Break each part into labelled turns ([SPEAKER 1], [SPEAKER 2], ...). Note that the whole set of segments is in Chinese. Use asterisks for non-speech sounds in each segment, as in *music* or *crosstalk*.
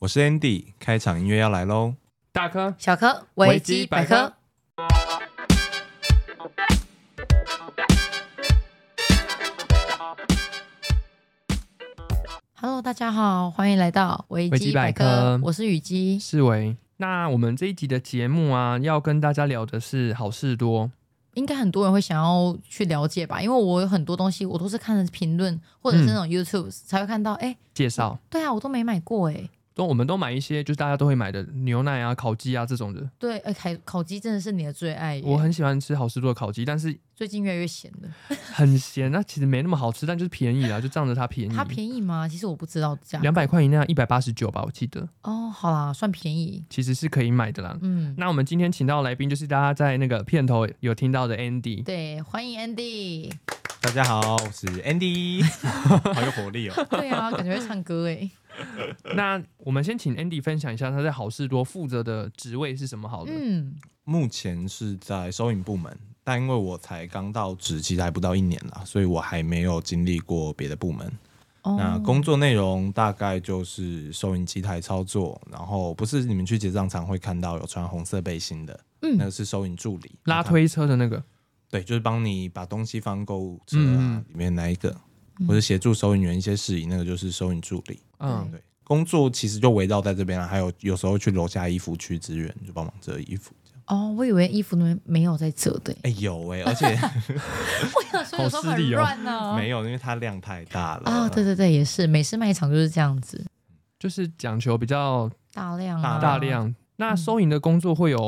[SPEAKER 1] 我是 Andy，开场音乐要来喽。
[SPEAKER 2] 大科
[SPEAKER 3] 小柯
[SPEAKER 2] 维
[SPEAKER 3] 维
[SPEAKER 2] 基
[SPEAKER 3] 基
[SPEAKER 2] 百
[SPEAKER 3] 百
[SPEAKER 2] 科
[SPEAKER 3] 科，Hello，大家好，欢迎来到维
[SPEAKER 2] 维基
[SPEAKER 3] 基
[SPEAKER 2] 百
[SPEAKER 3] 百
[SPEAKER 2] 科
[SPEAKER 3] 科，我是雨姬。
[SPEAKER 2] 世维。那我们这一集的节目啊，要跟大家聊的是好事多。
[SPEAKER 3] 应该很多人会想要去了解吧，因为我有很多东西我都是看着评论或者是那种 YouTube 才会看到，哎、
[SPEAKER 2] 介绍，
[SPEAKER 3] 对啊，我都没买过哎、
[SPEAKER 2] 都我们都买一些，就是大家都会买的牛奶啊、烤鸡啊这种的。
[SPEAKER 3] 对，哎、烤烤鸡真的是你的最爱耶，
[SPEAKER 2] 我很喜欢吃好事多的烤鸡，但是
[SPEAKER 3] 最近越来越咸了。
[SPEAKER 2] 很咸，那其实没那么好吃，但就是便宜啦，就仗着它便宜。
[SPEAKER 3] 它便宜啊吗？其实我不知道价。
[SPEAKER 2] 两百块以内，啊一百八十九吧，我记得
[SPEAKER 3] 哦，好啦，算便宜。
[SPEAKER 2] 其实是可以买的啦。
[SPEAKER 3] 嗯，
[SPEAKER 2] 那我们今天请到的来宾就是大家在那个片头有听到的 Andy，
[SPEAKER 3] 对，欢迎 Andy。
[SPEAKER 1] 大家好，我是
[SPEAKER 2] *laughs*
[SPEAKER 1] Andy，好有活力哦。
[SPEAKER 3] 对啊，感觉会唱
[SPEAKER 1] *laughs*
[SPEAKER 3] 歌哎。
[SPEAKER 2] 那我们先请 Andy 分享一下他在好事多负责的职位是什么好了。
[SPEAKER 3] 嗯，
[SPEAKER 1] 目前是在收银部门，但因为我才刚到职，其实还不到一年啦，所以我还没有经历过别的部门。
[SPEAKER 3] 哦
[SPEAKER 1] 那工作内容大概就是收银机台操作，然后不是你们去结账常会看到有穿红色背心的，
[SPEAKER 3] 嗯
[SPEAKER 1] 那个是收银助理
[SPEAKER 2] 拉，推车的那个，
[SPEAKER 1] 对，就是帮你把东西放购物车
[SPEAKER 2] 嗯
[SPEAKER 1] 啊里面那一个，或者协助收银员一些事宜，那个就是收银助理。
[SPEAKER 2] 嗯，
[SPEAKER 1] 对，工作其实就围绕在这边了，啊还有有时候去楼下衣服区支援，就帮忙折衣服。
[SPEAKER 3] 哦，我以为衣服里面没有在折的耶，
[SPEAKER 1] 哎、有哎、而
[SPEAKER 3] *laughs*
[SPEAKER 1] 且
[SPEAKER 3] 我想说有时候
[SPEAKER 2] 好失
[SPEAKER 3] 很
[SPEAKER 2] 礼哦
[SPEAKER 3] 乱呢。
[SPEAKER 1] 没有，因为它量太大了
[SPEAKER 3] 啊，对，对对，也是，美式卖场就是这样子，
[SPEAKER 2] 就是讲求比较
[SPEAKER 3] 大量
[SPEAKER 1] 大
[SPEAKER 3] 啊，
[SPEAKER 2] 大量。那收银的工作会有，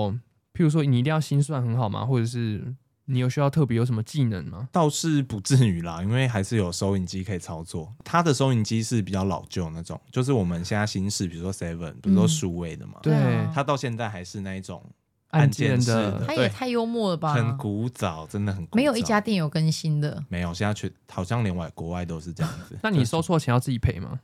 [SPEAKER 2] 譬如说你一定要心算很好吗？或者是你有需要特别有什么技能吗？
[SPEAKER 1] 倒是不至于啦，因为还是有收银机可以操作。它的收银机是比较老旧那种，就是我们现在新式，比如说 Seven，不是都数位的嘛，
[SPEAKER 3] 嗯对啊，
[SPEAKER 1] 它到现在还是那一种
[SPEAKER 2] 按
[SPEAKER 1] 按
[SPEAKER 2] 键
[SPEAKER 1] 键式的
[SPEAKER 2] 的，。
[SPEAKER 3] 他
[SPEAKER 1] 对
[SPEAKER 3] 也太幽默了吧，
[SPEAKER 1] 很古早，真的很古早。
[SPEAKER 3] 没有一家店有更新的，
[SPEAKER 1] 没有，现在去好像连外国外都是这样子
[SPEAKER 2] 那你收错钱要自己赔吗？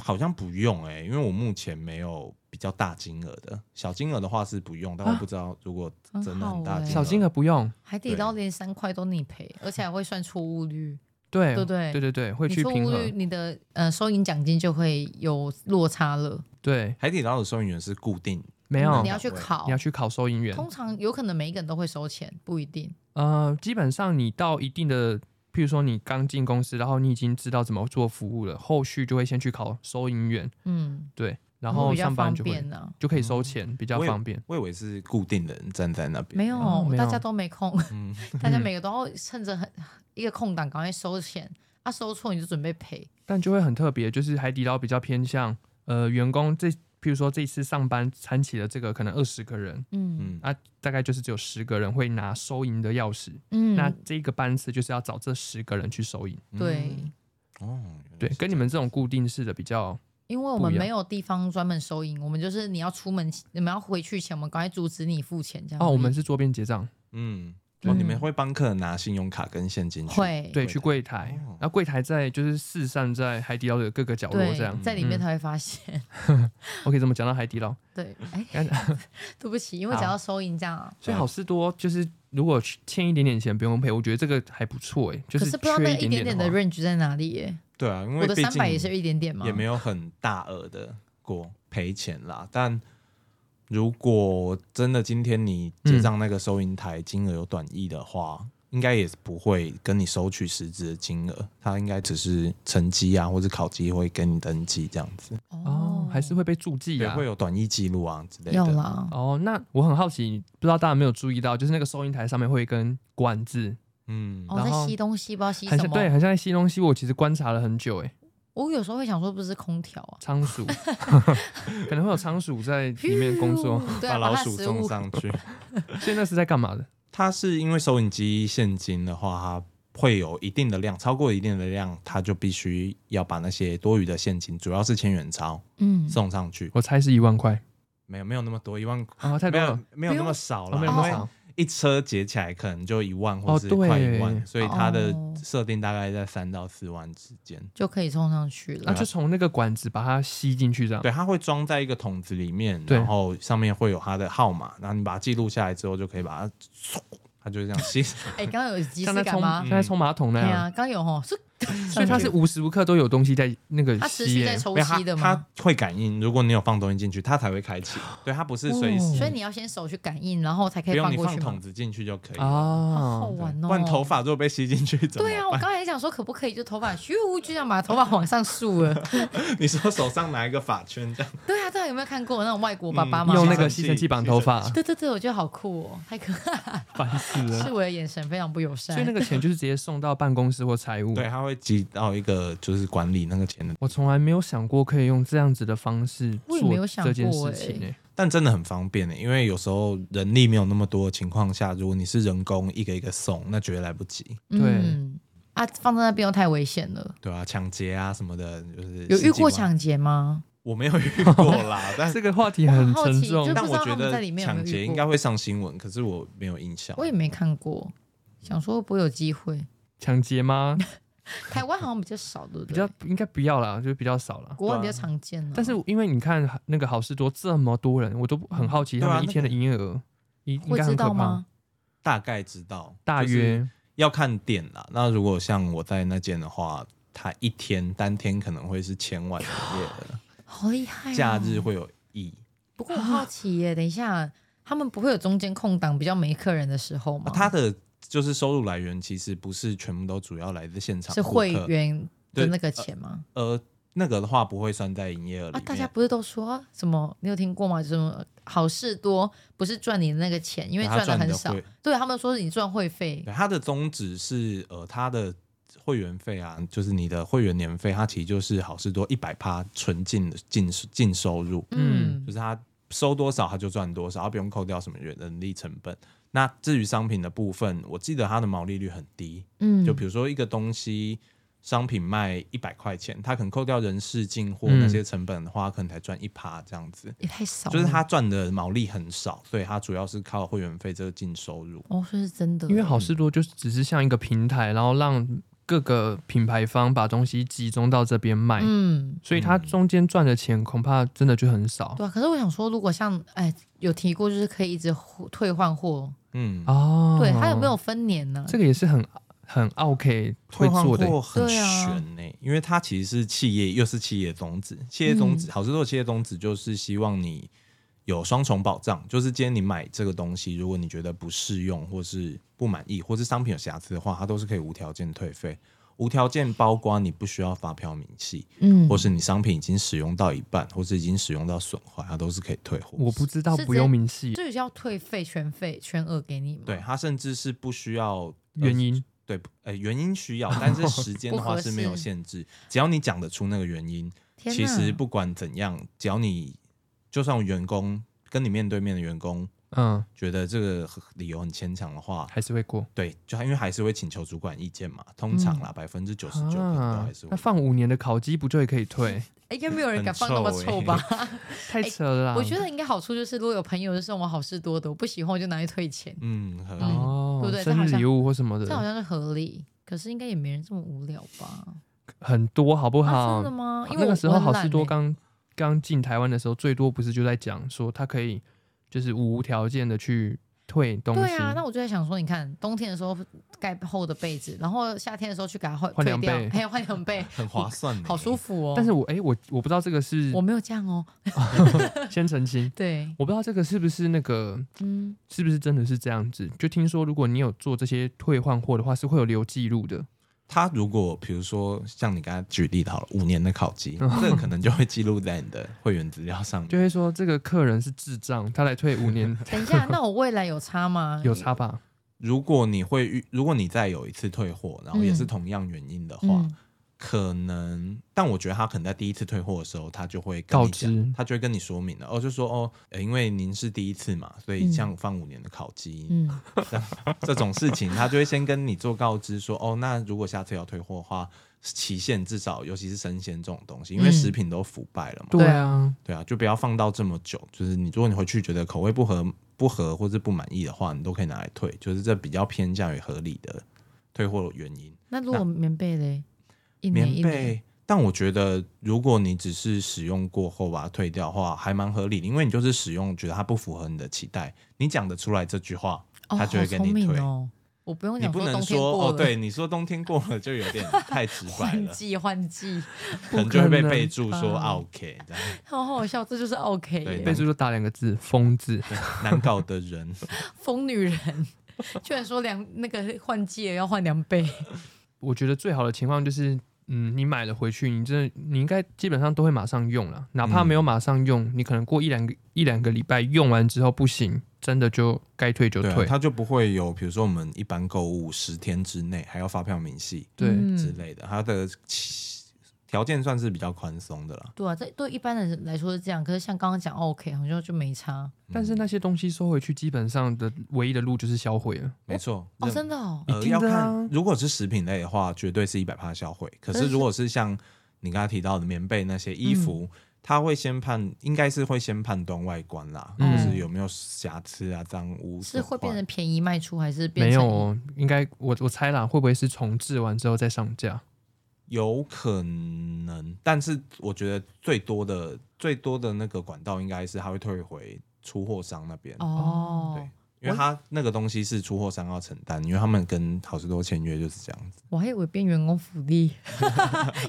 [SPEAKER 1] 好像不用哎、因为我目前没有比较大金额的，小金额的话是不用，但我
[SPEAKER 3] 啊
[SPEAKER 1] 不知道如果真的很大
[SPEAKER 3] 很好欸
[SPEAKER 1] 金额，
[SPEAKER 2] 小金额不用，
[SPEAKER 3] 海底捞连三块都你赔，而且还会算出误率，
[SPEAKER 2] 对啊
[SPEAKER 3] 对不对
[SPEAKER 2] 对对对，会
[SPEAKER 3] 你
[SPEAKER 2] 去
[SPEAKER 3] 出
[SPEAKER 2] 平
[SPEAKER 3] 误率，
[SPEAKER 2] 衡。
[SPEAKER 3] 你的呃收银奖金就会有落差了，
[SPEAKER 2] 对，
[SPEAKER 1] 海底捞的收银员是固定，
[SPEAKER 2] 没有，
[SPEAKER 3] 那
[SPEAKER 2] 你
[SPEAKER 3] 你
[SPEAKER 2] 要
[SPEAKER 3] 要去考，
[SPEAKER 2] 去考收银员。
[SPEAKER 3] 通常有可能每一个人都会收钱，不一定。
[SPEAKER 2] 呃，基本上你到一定的，譬如说你刚进公司，然后你已经知道怎么做服务了，后续就会先去考收银员，
[SPEAKER 3] 嗯，
[SPEAKER 2] 对，然后
[SPEAKER 3] 比较
[SPEAKER 2] 上班
[SPEAKER 3] 方
[SPEAKER 2] 就会
[SPEAKER 3] 便啊呢、
[SPEAKER 2] 就可以收钱，比较
[SPEAKER 1] 我也
[SPEAKER 2] 方便。
[SPEAKER 1] 我以为是固定的人站在那边。
[SPEAKER 3] 没有，
[SPEAKER 2] 哦没有
[SPEAKER 3] 大家都没空，
[SPEAKER 1] 嗯，
[SPEAKER 3] 大家
[SPEAKER 2] 嗯
[SPEAKER 3] 每个都要趁着很一个空档赶快收钱，啊，收错你就准备赔。
[SPEAKER 2] 但就会很特别，就是海底捞比较偏向呃员工这，譬如说这一次上班参起了这个可能二十个人，
[SPEAKER 3] 嗯
[SPEAKER 1] 嗯，
[SPEAKER 2] 啊，大概就是只有十个人会拿收银的钥匙，
[SPEAKER 3] 嗯，
[SPEAKER 2] 那这个班次就是要找这十个人去收银，
[SPEAKER 3] 对，
[SPEAKER 2] 嗯
[SPEAKER 1] 哦，原嗯来，
[SPEAKER 2] 对
[SPEAKER 1] 是
[SPEAKER 2] 跟你们这种固定式的比较，
[SPEAKER 3] 因为我
[SPEAKER 2] 不
[SPEAKER 3] 们
[SPEAKER 2] 一样
[SPEAKER 3] 没有地方专门收银，我们就是你要出门，你们要回去前，我们赶快阻止你付钱这样。
[SPEAKER 2] 哦，我们是桌边结账，
[SPEAKER 1] 嗯，哦，
[SPEAKER 3] 嗯
[SPEAKER 1] 你们会帮客人拿信用卡跟现金去？
[SPEAKER 3] 会
[SPEAKER 2] 对，
[SPEAKER 1] 柜
[SPEAKER 2] 去
[SPEAKER 1] 台
[SPEAKER 2] 柜台，
[SPEAKER 1] 哦
[SPEAKER 2] 然后柜台在就是四散在海底捞的各个角落
[SPEAKER 3] 对
[SPEAKER 2] 这样，
[SPEAKER 3] 在里面
[SPEAKER 2] 嗯
[SPEAKER 3] 才会发现。
[SPEAKER 2] 我可以这么讲到海底捞，
[SPEAKER 3] 对，哎，
[SPEAKER 2] 感觉
[SPEAKER 3] *laughs* 对不起，因为只要收银这样啊。
[SPEAKER 2] 所以好事多就是如果欠一点点钱不用赔，我觉得这个还不错哎，就
[SPEAKER 3] 可
[SPEAKER 2] 是
[SPEAKER 3] 是不知道那
[SPEAKER 2] 缺
[SPEAKER 3] 个一
[SPEAKER 2] 点
[SPEAKER 3] 点点
[SPEAKER 2] 话
[SPEAKER 3] 的 range 在哪里耶？
[SPEAKER 1] 对啊，因
[SPEAKER 3] 我
[SPEAKER 1] 为
[SPEAKER 3] 的
[SPEAKER 1] 毕
[SPEAKER 3] 三百也是
[SPEAKER 1] 竟
[SPEAKER 3] 一点点吗？
[SPEAKER 1] 也没有很大额的过赔钱啦，但。如果真的今天你结账那个收银台金额有短意的话，应该也不会跟你收取实质的金额，它应该只是成绩啊，或者考绩会跟你登记这样子，
[SPEAKER 2] 哦，还是会被注记
[SPEAKER 1] 也
[SPEAKER 2] 啊
[SPEAKER 1] 会。有短意记录啊之类
[SPEAKER 3] 有
[SPEAKER 1] 的。
[SPEAKER 3] 啦。
[SPEAKER 2] 哦，那我很好奇，不知道大家有没有注意到，就是那个收银台上面会有一根管子，
[SPEAKER 1] 嗯，
[SPEAKER 3] 哦，
[SPEAKER 2] 然
[SPEAKER 3] 在
[SPEAKER 2] 后
[SPEAKER 3] 吸东西，不知道吸
[SPEAKER 2] 很
[SPEAKER 3] 什
[SPEAKER 2] 像
[SPEAKER 3] 么。
[SPEAKER 2] 对，很像在吸东西。我其实观察了很久，哎，
[SPEAKER 3] 我有时候会想说，不是空调啊，
[SPEAKER 2] 仓
[SPEAKER 3] *laughs*
[SPEAKER 2] 鼠可能会有仓鼠在里面工
[SPEAKER 3] *laughs*
[SPEAKER 2] 作，
[SPEAKER 3] 对
[SPEAKER 1] 把
[SPEAKER 3] 啊，
[SPEAKER 1] 老
[SPEAKER 3] 它
[SPEAKER 1] 鼠
[SPEAKER 3] 食
[SPEAKER 1] 送
[SPEAKER 3] 物
[SPEAKER 1] 上
[SPEAKER 3] *laughs*
[SPEAKER 1] 去。
[SPEAKER 2] 所以那是在干嘛的？
[SPEAKER 1] 它是因为收银机现金的话，它会有一定的量，超过一定的量，它就必须要把那些多余的现金，主要是千元钞
[SPEAKER 3] 嗯，
[SPEAKER 1] 送上去。
[SPEAKER 2] 我猜是一万块
[SPEAKER 1] 没有没有那么多，一万
[SPEAKER 2] 啊，太
[SPEAKER 1] 没
[SPEAKER 2] 多了
[SPEAKER 1] 有，没有那么少
[SPEAKER 2] 哦
[SPEAKER 1] 了，
[SPEAKER 2] 没有那
[SPEAKER 1] 因
[SPEAKER 2] 么
[SPEAKER 1] 为
[SPEAKER 2] 少。
[SPEAKER 1] 一车结起来可能就一万或
[SPEAKER 2] 哦
[SPEAKER 1] 是快一万，
[SPEAKER 2] 对
[SPEAKER 1] 所以它的
[SPEAKER 3] 哦
[SPEAKER 1] 设定大概在三到四万之间。
[SPEAKER 3] 就可以送上去
[SPEAKER 2] 那
[SPEAKER 3] 了。
[SPEAKER 2] 啊就从那个管子把它吸进去，这样。
[SPEAKER 1] 对，它会装在一个桶子里面，
[SPEAKER 2] 哦对
[SPEAKER 1] 然后上面会有它的号码，然后你把它记录下来之后，就可以把它，它就是这样吸。
[SPEAKER 3] 哎，刚刚有即
[SPEAKER 2] 像
[SPEAKER 3] 视
[SPEAKER 2] 在
[SPEAKER 3] 感
[SPEAKER 2] 冲
[SPEAKER 3] 吗？嗯
[SPEAKER 2] 像在冲马桶那
[SPEAKER 3] 对
[SPEAKER 2] 样。
[SPEAKER 3] 啊，刚有吼，是
[SPEAKER 2] 所以它是无时无刻都有东西在那个
[SPEAKER 3] 它持
[SPEAKER 2] 吸欸
[SPEAKER 3] 续在
[SPEAKER 2] 耶。
[SPEAKER 3] 抽
[SPEAKER 1] 没有它
[SPEAKER 3] 吸的吗？
[SPEAKER 1] 它会感应，如果你有放东西进去，它才会开
[SPEAKER 3] *gasps*
[SPEAKER 1] 启。对，它不是随时，
[SPEAKER 2] 哦
[SPEAKER 3] 所以你要先手去感应，然后才可
[SPEAKER 1] 不
[SPEAKER 3] 以
[SPEAKER 1] 用你
[SPEAKER 3] 过
[SPEAKER 1] 放
[SPEAKER 3] 去吗
[SPEAKER 1] 筒？子进去就可以了。
[SPEAKER 3] 好
[SPEAKER 2] 啊，
[SPEAKER 3] 好玩
[SPEAKER 1] 对
[SPEAKER 3] 哦！
[SPEAKER 1] 不然头发如果被吸进去怎么
[SPEAKER 3] 对啊，我
[SPEAKER 1] 办？
[SPEAKER 3] 刚才想说可不可以就头发咻就这样把头发往上竖了？
[SPEAKER 1] *laughs*
[SPEAKER 3] *laughs*
[SPEAKER 1] 你说手上拿一个发圈
[SPEAKER 2] *laughs*
[SPEAKER 1] 这样，
[SPEAKER 3] 对啊，对啊，有没有看过那种外国爸爸
[SPEAKER 1] 嗯
[SPEAKER 3] 妈妈？
[SPEAKER 2] 用那个吸尘器绑头发，
[SPEAKER 3] 对对对，我觉得好酷哦，太可爱
[SPEAKER 2] 烦死
[SPEAKER 3] 了，
[SPEAKER 2] 了。
[SPEAKER 3] 是我的眼神非常不友善。
[SPEAKER 2] 所以那个钱就是直接送到办公室或财务。
[SPEAKER 1] 对，它会集到一个就是管理那个钱的，
[SPEAKER 2] 我从来没有想过可以用这样子的方式
[SPEAKER 3] 我
[SPEAKER 2] 做
[SPEAKER 3] 也没有想
[SPEAKER 2] 这件
[SPEAKER 3] 过
[SPEAKER 2] 事情
[SPEAKER 3] 欸
[SPEAKER 2] 欸
[SPEAKER 1] 但真的很方便的、因为有时候人力没有那么多的情况下，如果你是人工一个一个送，那绝对来不及，
[SPEAKER 3] 嗯啊，放在那边又太危险了。
[SPEAKER 1] 对啊，抢劫啊什么的，就是
[SPEAKER 3] 有遇过
[SPEAKER 1] 十几万，
[SPEAKER 3] 抢劫吗？
[SPEAKER 1] 我没有遇过
[SPEAKER 3] *laughs*
[SPEAKER 1] 啦，但
[SPEAKER 2] 这个话题很
[SPEAKER 3] 好
[SPEAKER 2] 沉
[SPEAKER 3] 奇
[SPEAKER 2] 重
[SPEAKER 3] 就，
[SPEAKER 1] 但
[SPEAKER 3] 不知
[SPEAKER 1] 我
[SPEAKER 3] 道
[SPEAKER 1] 觉
[SPEAKER 3] 他们在
[SPEAKER 1] 得
[SPEAKER 3] 里面有没
[SPEAKER 1] 抢
[SPEAKER 3] 有遇
[SPEAKER 1] 劫应
[SPEAKER 3] 过
[SPEAKER 1] 该会上新闻，可是我没有印象。
[SPEAKER 3] 我也没看过，想说会不会有机会？
[SPEAKER 2] 抢劫吗？
[SPEAKER 3] *laughs* 台湾好像比较少，对不对？
[SPEAKER 2] 比较应该不要啦，就比较少啦。
[SPEAKER 3] 国外比较常见啊呢、
[SPEAKER 2] 但是因为你看那个好事多这么多人，我都很好奇
[SPEAKER 1] 对
[SPEAKER 2] 他
[SPEAKER 1] 啊
[SPEAKER 2] 们一天的营业额，应应
[SPEAKER 3] 会
[SPEAKER 2] 该
[SPEAKER 3] 知
[SPEAKER 2] 很可
[SPEAKER 3] 道
[SPEAKER 2] 怕
[SPEAKER 3] 吗。？
[SPEAKER 1] 大概知道，
[SPEAKER 2] 大
[SPEAKER 1] 就是
[SPEAKER 2] 约
[SPEAKER 1] 要看店啦。那如果像我在那间的话，它一天单天可能会是千万营业额，
[SPEAKER 3] 好厉害、哦！
[SPEAKER 1] 假日会有亿。
[SPEAKER 3] 不过我好奇耶，等一下，他们不会有中间空档比较没客人的时候吗？
[SPEAKER 1] 啊它的就是收入来源其实不是全部都主要来自现场
[SPEAKER 3] 是
[SPEAKER 1] 顾
[SPEAKER 3] 会
[SPEAKER 1] 客，
[SPEAKER 3] 员的那个钱吗？
[SPEAKER 1] 呃，那个的话不会算在营业呃额里
[SPEAKER 3] 啊，
[SPEAKER 1] 面。
[SPEAKER 3] 大家不是都说啊什么？你有听过吗？什么好事多不是赚你的那个钱，因为
[SPEAKER 1] 对它赚
[SPEAKER 3] 赚的
[SPEAKER 1] 你
[SPEAKER 3] 很
[SPEAKER 1] 的
[SPEAKER 3] 少
[SPEAKER 1] 会。
[SPEAKER 3] 对他们说你赚会费
[SPEAKER 1] 对，它的宗旨是呃，它的会员费啊，就是你的会员年费，它其实就是好事多一百趴纯净的净净收入，
[SPEAKER 3] 嗯
[SPEAKER 1] 就是它收多少它就赚多少，它不用扣掉什么人力成本。那至于商品的部分，我记得它的毛利率很低，
[SPEAKER 3] 嗯，
[SPEAKER 1] 就比如说一个东西。商品卖一百块钱，它可能扣掉人事进货那些成本的话，可能才赚一趴这样子，
[SPEAKER 3] 也太少了，
[SPEAKER 1] 就是它赚的毛利很少，所以它主要是靠会员费这个净收入。
[SPEAKER 3] 哦，这是真的，
[SPEAKER 2] 因为好事多就是只是像一个平台，然后让各个品牌方把东西集中到这边卖，
[SPEAKER 3] 嗯。
[SPEAKER 2] 所以它中间赚的钱恐怕真的就很少
[SPEAKER 3] 对啊，可是我想说，如果像哎有提过，就是可以一直互退换货，
[SPEAKER 1] 嗯，
[SPEAKER 2] 哦。
[SPEAKER 3] 对，它有没有分年呢？
[SPEAKER 2] 这个也是很很 OK 会
[SPEAKER 1] 退换
[SPEAKER 2] 做的
[SPEAKER 1] 货很
[SPEAKER 3] 对
[SPEAKER 1] 悬
[SPEAKER 3] 啊
[SPEAKER 1] 呢、因为它其实是企业，又是企业宗旨。企业宗旨，
[SPEAKER 3] 嗯
[SPEAKER 1] 好事多的企业宗旨就是希望你有双重保障，就是今天你买这个东西，如果你觉得不适用，或是不满意，或是商品有瑕疵的话，它都是可以无条件退费。无条件包括你不需要发票明细，
[SPEAKER 3] 嗯
[SPEAKER 1] 或是你商品已经使用到一半，或是已经使用到损坏，它都是可以退货。
[SPEAKER 2] 我不知道
[SPEAKER 3] 是
[SPEAKER 2] 不
[SPEAKER 3] 这
[SPEAKER 2] 用明细
[SPEAKER 3] 这个要退费全费全额给你吗？
[SPEAKER 1] 对，，它甚至是不需要
[SPEAKER 2] 原因，
[SPEAKER 1] 对，呃，原因需
[SPEAKER 3] *laughs*
[SPEAKER 1] 要，但是时间的
[SPEAKER 3] 不
[SPEAKER 1] 话
[SPEAKER 3] 合
[SPEAKER 1] 是没有
[SPEAKER 3] 适
[SPEAKER 1] 限制，只要你讲得出那个原因，
[SPEAKER 3] 天
[SPEAKER 1] 其
[SPEAKER 3] 哪
[SPEAKER 1] 实不管怎样，只要你就算员工跟你面对面的员工
[SPEAKER 2] 嗯，
[SPEAKER 1] 觉得这个理由很牵强的话，
[SPEAKER 2] 还是会过。
[SPEAKER 1] 对，就因为还是会请求主管意见嘛，通常
[SPEAKER 3] 嗯
[SPEAKER 1] 啦，百分之九十九都
[SPEAKER 3] 啊
[SPEAKER 1] 还是
[SPEAKER 2] 啊
[SPEAKER 1] 会。
[SPEAKER 2] 那放五年的烤鸡不就也可以
[SPEAKER 3] *laughs*
[SPEAKER 2] 退？
[SPEAKER 3] 哎应该没有人
[SPEAKER 1] 很
[SPEAKER 3] 敢放那么
[SPEAKER 1] 臭
[SPEAKER 3] 臭
[SPEAKER 1] 欸
[SPEAKER 3] 吧？
[SPEAKER 2] *laughs* 太扯了啦！
[SPEAKER 3] 哎我觉得应该好处就是，如果有朋友就送我好事多的，我不喜欢我就拿去退钱，
[SPEAKER 1] 嗯，合理。
[SPEAKER 2] 哦，
[SPEAKER 3] 对不对这
[SPEAKER 2] 生
[SPEAKER 3] 好
[SPEAKER 2] 日
[SPEAKER 3] 像
[SPEAKER 2] 礼物或什么
[SPEAKER 3] 这好
[SPEAKER 2] 的
[SPEAKER 3] 像是合理。可是应该也没人这么无聊吧？
[SPEAKER 2] 很多，好不
[SPEAKER 3] 啊，
[SPEAKER 2] 好
[SPEAKER 3] 真的？吗？因为
[SPEAKER 2] 那
[SPEAKER 3] 我
[SPEAKER 2] 个时候
[SPEAKER 3] 我很
[SPEAKER 2] 好
[SPEAKER 3] 懒
[SPEAKER 2] 事多
[SPEAKER 3] 欸
[SPEAKER 2] 刚刚进台湾的时候，最多不是就在讲说他可以就是无条件的去退东西，
[SPEAKER 3] 对啊，那我就在想说，你看冬天的时候盖厚的被子，然后夏天的时候去给它换
[SPEAKER 2] 换
[SPEAKER 3] 退
[SPEAKER 2] 凉
[SPEAKER 3] 掉
[SPEAKER 2] 被，
[SPEAKER 3] 还有换
[SPEAKER 1] *laughs*
[SPEAKER 3] 凉被，
[SPEAKER 1] 很划算呢，
[SPEAKER 3] 好舒服哦。
[SPEAKER 2] 但是我哎、我我不知道这个是
[SPEAKER 3] 我没有这样哦。
[SPEAKER 2] 先澄清，
[SPEAKER 3] 对，
[SPEAKER 2] 我不知道这个是不是那个
[SPEAKER 3] 嗯，
[SPEAKER 1] *laughs*
[SPEAKER 2] 是不是真的是这样子？就听说如果你有做这些退换货的话，是会有留记录的。
[SPEAKER 1] 他如果比如说像你刚才举例的好了，五年的考
[SPEAKER 3] *laughs*
[SPEAKER 1] 级，这个可能就会记录在你的会员资料上面。
[SPEAKER 2] 就会说这个客人是智障，他来退五
[SPEAKER 3] *laughs*
[SPEAKER 2] 年
[SPEAKER 3] 等一下，那我未来有差吗？
[SPEAKER 2] 有差吧？
[SPEAKER 1] 如果你会遇，如果你再有一次退货，然后也是
[SPEAKER 3] 嗯
[SPEAKER 1] 同样原因的话，
[SPEAKER 3] 嗯，
[SPEAKER 1] 可能，但我觉得他可能在第一次退货的时候，他就会跟你讲
[SPEAKER 2] 告知
[SPEAKER 1] 他就会跟你说明了，哦，就说哦、呃因为您是第一次嘛，所以
[SPEAKER 3] 嗯
[SPEAKER 1] 像放五年的烤鸡、
[SPEAKER 3] 嗯，
[SPEAKER 1] 这种事情，他就会先跟你做告知说，哦，那如果下次要退货的话，期限至少，尤其是生鲜这种东西，因为
[SPEAKER 3] 嗯
[SPEAKER 1] 食品都腐败了嘛，
[SPEAKER 3] 对啊
[SPEAKER 2] 啊，
[SPEAKER 1] 对啊，就不要放到这么久。就是你如果你回去觉得口味不合、不合或是不满意的话，你都可以拿来退，就是这比较偏向于合理的退货原因。
[SPEAKER 3] 那如果棉被嘞，一年
[SPEAKER 1] 棉
[SPEAKER 3] 一年，
[SPEAKER 1] 被，但我觉得如果你只是使用过后把它退掉的话，还蛮合理的，因为你就是使用觉得它不符合你的期待，你讲得出来这句话，
[SPEAKER 3] 哦，
[SPEAKER 1] 他就会
[SPEAKER 3] 好
[SPEAKER 1] 跟
[SPEAKER 3] 聪
[SPEAKER 1] 你
[SPEAKER 3] 明
[SPEAKER 1] 退
[SPEAKER 3] 哦。我不用
[SPEAKER 1] 你
[SPEAKER 3] 讲
[SPEAKER 1] 不能
[SPEAKER 3] 冬天
[SPEAKER 1] 说
[SPEAKER 3] 过
[SPEAKER 1] 哦，
[SPEAKER 3] 了， *laughs*
[SPEAKER 1] 对，你说冬天过了就有点太直白
[SPEAKER 3] 换 *laughs*
[SPEAKER 1] 了，
[SPEAKER 3] 季换季，
[SPEAKER 1] 可能就会被
[SPEAKER 2] 不可能
[SPEAKER 1] 备注说啊
[SPEAKER 3] 吧
[SPEAKER 1] OK 这样，
[SPEAKER 3] 好好笑，这就是 OK
[SPEAKER 1] 对
[SPEAKER 2] 备
[SPEAKER 3] 耶
[SPEAKER 2] 注就打两个字“疯子
[SPEAKER 1] 难搞的人。
[SPEAKER 3] 疯女人。 *laughs* 居然说两那个换季了要换两倍，”。
[SPEAKER 2] 我觉得最好的情况就是，嗯，你买了回去，你真的你应该基本上都会马上用了，哪怕
[SPEAKER 1] 嗯
[SPEAKER 2] 没有马上用，你可能过一两个一两个礼拜用完之后不行，真的就该退就
[SPEAKER 1] 对啊、
[SPEAKER 2] 退。
[SPEAKER 1] 它就不会有，比如说我们一般购物十天之内还要发票明细
[SPEAKER 2] 对
[SPEAKER 3] 嗯
[SPEAKER 1] 之类的，它的期条件算是比较宽松的啦。
[SPEAKER 3] 对啊，这对一般的人来说是这样，可是像刚刚讲 OK，好像就没差
[SPEAKER 2] 但是那些东西收回去，基本上的唯一的路就是销毁了。
[SPEAKER 1] 没错，
[SPEAKER 3] 哦，
[SPEAKER 1] 任
[SPEAKER 3] 真的哦，
[SPEAKER 2] 一
[SPEAKER 1] 呃
[SPEAKER 2] 定
[SPEAKER 1] 要
[SPEAKER 2] 的啊
[SPEAKER 1] 看，如果是食品类的话，绝对是一百趴销毁。可
[SPEAKER 3] 但
[SPEAKER 1] 是
[SPEAKER 3] 是嗯
[SPEAKER 1] 如果是像你刚才提到的棉被那些衣服，它会先判，应该是会先判断外观啦，
[SPEAKER 2] 嗯
[SPEAKER 1] 就是有没有瑕疵啊、脏污
[SPEAKER 3] 是
[SPEAKER 1] 损
[SPEAKER 3] 会
[SPEAKER 1] 坏。
[SPEAKER 3] 变成便宜卖出还是变
[SPEAKER 2] 没
[SPEAKER 3] 成
[SPEAKER 2] 有哦，应该我我猜啦，会不会是重置完之后再上
[SPEAKER 3] *laughs*
[SPEAKER 2] 架？
[SPEAKER 1] 有可能，但是我觉得最多的最多的那个管道应该是它会退回出货商那边，
[SPEAKER 3] 哦
[SPEAKER 1] 对？因为它那个东西是出货商要承担，因为他们跟好事多签约就是这样子。
[SPEAKER 3] 我还以为变员工福
[SPEAKER 2] *laughs*
[SPEAKER 3] 利，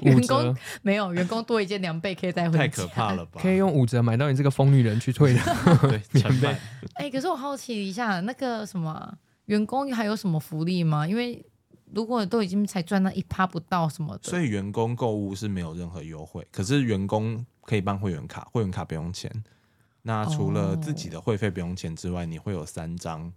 [SPEAKER 3] 员
[SPEAKER 2] 五
[SPEAKER 3] 工
[SPEAKER 2] 折
[SPEAKER 3] 没有员工多一件两倍可以带回家，
[SPEAKER 1] 太可怕了吧？
[SPEAKER 2] 可以用五折买到你这个疯女人去退的。
[SPEAKER 1] *laughs*
[SPEAKER 3] *laughs*
[SPEAKER 1] 对，成本
[SPEAKER 3] 哎、可是我好奇一下，那个什么啊员工还有什么福利吗？因为如果都已经才赚到一趴不到什么的，
[SPEAKER 1] 所以员工购物是没有任何优惠，可是员工可以办会员卡，会员卡不用钱。那除了自己的会费不用钱之外，你会有三张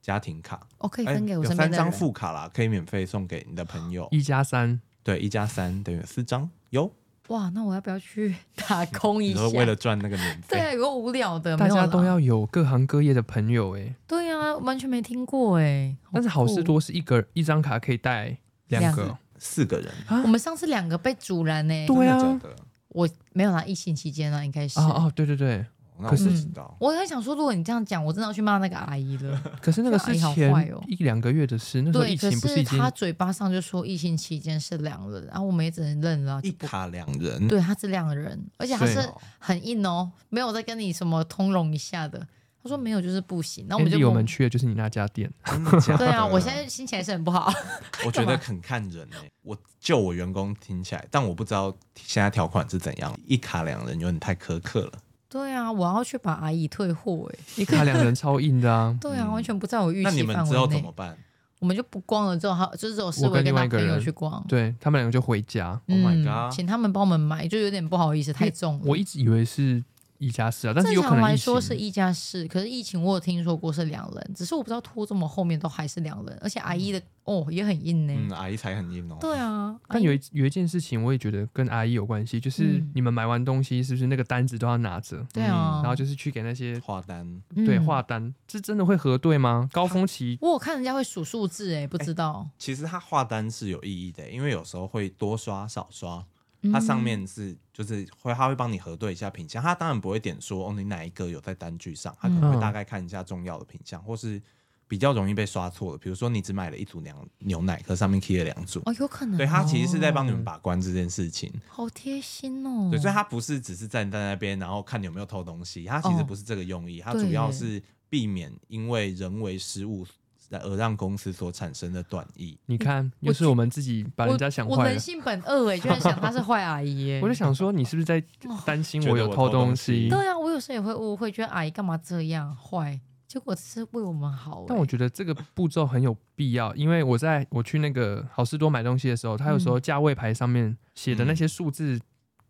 [SPEAKER 1] 家庭卡，
[SPEAKER 3] 我、哦可以
[SPEAKER 1] 哎
[SPEAKER 3] 分给我
[SPEAKER 1] 有
[SPEAKER 3] 身边
[SPEAKER 1] 三
[SPEAKER 3] 的人。
[SPEAKER 1] 张副卡啦，可以免费送给你的朋友。
[SPEAKER 2] 一加三，
[SPEAKER 1] 对，一加三等于四张，有。
[SPEAKER 3] 哇，那我要不要去打工一
[SPEAKER 1] 你
[SPEAKER 3] 下？
[SPEAKER 1] 说为了赚那个免
[SPEAKER 3] 对
[SPEAKER 1] 费，
[SPEAKER 3] 啊，有个无聊的，
[SPEAKER 2] 大
[SPEAKER 3] 没有
[SPEAKER 2] 家
[SPEAKER 3] 啦
[SPEAKER 2] 都要有各行各业的朋友哎、
[SPEAKER 3] 对啊，完全没听过哎、
[SPEAKER 2] 但是好事
[SPEAKER 3] 酷，
[SPEAKER 2] 多是一个一张卡可以带两
[SPEAKER 3] 两
[SPEAKER 2] 个
[SPEAKER 3] 个
[SPEAKER 2] 哦，
[SPEAKER 1] 四个人，
[SPEAKER 3] 我们上次两个被阻拦呢、
[SPEAKER 2] 对啊
[SPEAKER 1] 真的假的？
[SPEAKER 3] 我没有啦，疫情期间啦，啊应该是。
[SPEAKER 2] 哦哦，对对对。
[SPEAKER 1] 那
[SPEAKER 2] 可
[SPEAKER 1] 我
[SPEAKER 2] 是
[SPEAKER 1] 不知道。
[SPEAKER 3] 我在想说，如果你这样讲，我真的要去骂那个阿姨
[SPEAKER 2] *laughs*
[SPEAKER 3] 了。
[SPEAKER 2] 可是那个是
[SPEAKER 3] 这阿姨好坏
[SPEAKER 2] 前
[SPEAKER 3] 哦
[SPEAKER 2] 一两个月的事，那时候
[SPEAKER 3] 对，
[SPEAKER 2] 疫
[SPEAKER 3] 可
[SPEAKER 2] 情不已经
[SPEAKER 3] 她嘴巴上就说疫情期间是两人，然、啊后我们也只能认了，
[SPEAKER 1] 一
[SPEAKER 3] 就不
[SPEAKER 1] 卡两
[SPEAKER 2] 嗯
[SPEAKER 1] 人，
[SPEAKER 3] 嗯对，他是两个人，而且他
[SPEAKER 2] 对
[SPEAKER 3] 是很硬哦，没有在跟你什么通融一下的。他说没有就是不行，那我们就
[SPEAKER 2] Andy 我们
[SPEAKER 3] 懵
[SPEAKER 2] 去的就是你那家店，
[SPEAKER 1] *laughs* 真的假的
[SPEAKER 3] 对
[SPEAKER 2] *laughs*
[SPEAKER 3] 啊，我现在心情还是很不好。 *laughs*
[SPEAKER 1] 我觉得很看人诶、我就我员工听起来，但我不知道现在条款是怎样，一卡两人有点太苛刻了。
[SPEAKER 3] 对啊，我要去把阿姨退货哎。。
[SPEAKER 2] *laughs* 一卡两人超硬的啊
[SPEAKER 3] *laughs* 对啊，
[SPEAKER 1] 嗯
[SPEAKER 3] 完全不在我预
[SPEAKER 1] 那你
[SPEAKER 3] 期
[SPEAKER 1] 们
[SPEAKER 3] 范
[SPEAKER 1] 之后
[SPEAKER 3] 围
[SPEAKER 1] 怎
[SPEAKER 3] 内
[SPEAKER 1] 么。办？
[SPEAKER 3] 我们就不逛了，之后还就只有思
[SPEAKER 2] 我跟
[SPEAKER 3] 维
[SPEAKER 2] 另外
[SPEAKER 3] 跟他
[SPEAKER 2] 一个
[SPEAKER 3] 朋友
[SPEAKER 2] 人
[SPEAKER 3] 去逛。
[SPEAKER 2] 对他们两个就回家。
[SPEAKER 1] Oh my
[SPEAKER 3] 嗯
[SPEAKER 1] god
[SPEAKER 3] 请他们帮我们买，就有点不好意思，太重了。
[SPEAKER 2] 我一直以为是一加四啊，但是有
[SPEAKER 3] 正
[SPEAKER 2] 可
[SPEAKER 3] 常
[SPEAKER 2] 能
[SPEAKER 3] 来
[SPEAKER 2] 疫
[SPEAKER 3] 说是
[SPEAKER 2] 情。
[SPEAKER 3] 一加四，可是疫情我有听说过是两人，只是我不知道拖这么后面都还是两人，而且阿姨的哦也很硬呢、
[SPEAKER 1] 嗯，阿姨才很硬哦。
[SPEAKER 3] 对啊，阿
[SPEAKER 2] 嗯但
[SPEAKER 3] 姨
[SPEAKER 2] 有一有一件事情，我也觉得跟阿姨有关系，就是
[SPEAKER 3] 嗯
[SPEAKER 2] 你们买完东西是不是那个单子都要拿着，
[SPEAKER 3] 对啊，
[SPEAKER 2] 嗯然后就是去给那些
[SPEAKER 1] 画单，
[SPEAKER 2] 对
[SPEAKER 3] 嗯
[SPEAKER 2] 画单，这真的会核对吗？高峰期
[SPEAKER 3] 我有看人家会数数字、哎，不知道。
[SPEAKER 1] 其实它画单是有意义的、欸因为有时候会多刷少刷，
[SPEAKER 2] 哎
[SPEAKER 3] 嗯
[SPEAKER 1] 它上面是就是会，它会帮你核对一下品相，它当然不会点说哦你哪一个有在单据上，它可能
[SPEAKER 2] 嗯
[SPEAKER 1] 会大概看一下重要的品相，或是比较容易被刷错的，比如说你只买了一组牛牛奶，可是上面 key 了两组，
[SPEAKER 3] 哦，有可能、哦。
[SPEAKER 1] 对，它其实是在帮
[SPEAKER 3] 哦
[SPEAKER 1] 你们把关这件事情。
[SPEAKER 3] 好贴心哦。
[SPEAKER 1] 对，所以它不是只是站在那边，然后看你有没有偷东西，它其实
[SPEAKER 3] 哦
[SPEAKER 1] 不是这个用意，它
[SPEAKER 3] 对
[SPEAKER 1] 主要
[SPEAKER 3] 耶
[SPEAKER 1] 是避免因为人为失误呃而让公司所产生的短意。
[SPEAKER 2] 你看，
[SPEAKER 3] 嗯我
[SPEAKER 2] 又是我们自己把人家想
[SPEAKER 3] 我我
[SPEAKER 2] 坏
[SPEAKER 3] 人
[SPEAKER 2] 了。
[SPEAKER 3] 性本恶哎、居然想她是坏阿姨
[SPEAKER 2] *laughs*
[SPEAKER 3] 哎、
[SPEAKER 2] 我就想说，你是不是在
[SPEAKER 3] 哦
[SPEAKER 2] 担心
[SPEAKER 1] 觉
[SPEAKER 2] 我
[SPEAKER 1] 得
[SPEAKER 2] 有
[SPEAKER 1] 我
[SPEAKER 2] 偷
[SPEAKER 1] 偷东
[SPEAKER 2] 东西
[SPEAKER 1] 西？
[SPEAKER 3] 对啊，我有时候也会误会，觉得阿姨干嘛这样坏，结果是为我们好、哎
[SPEAKER 2] 但我觉得这个步骤很有必要，因为我在我去那个好事多买东西的时候，它有时
[SPEAKER 3] 嗯
[SPEAKER 2] 候价位牌上面写
[SPEAKER 1] 嗯
[SPEAKER 2] 的那些数字，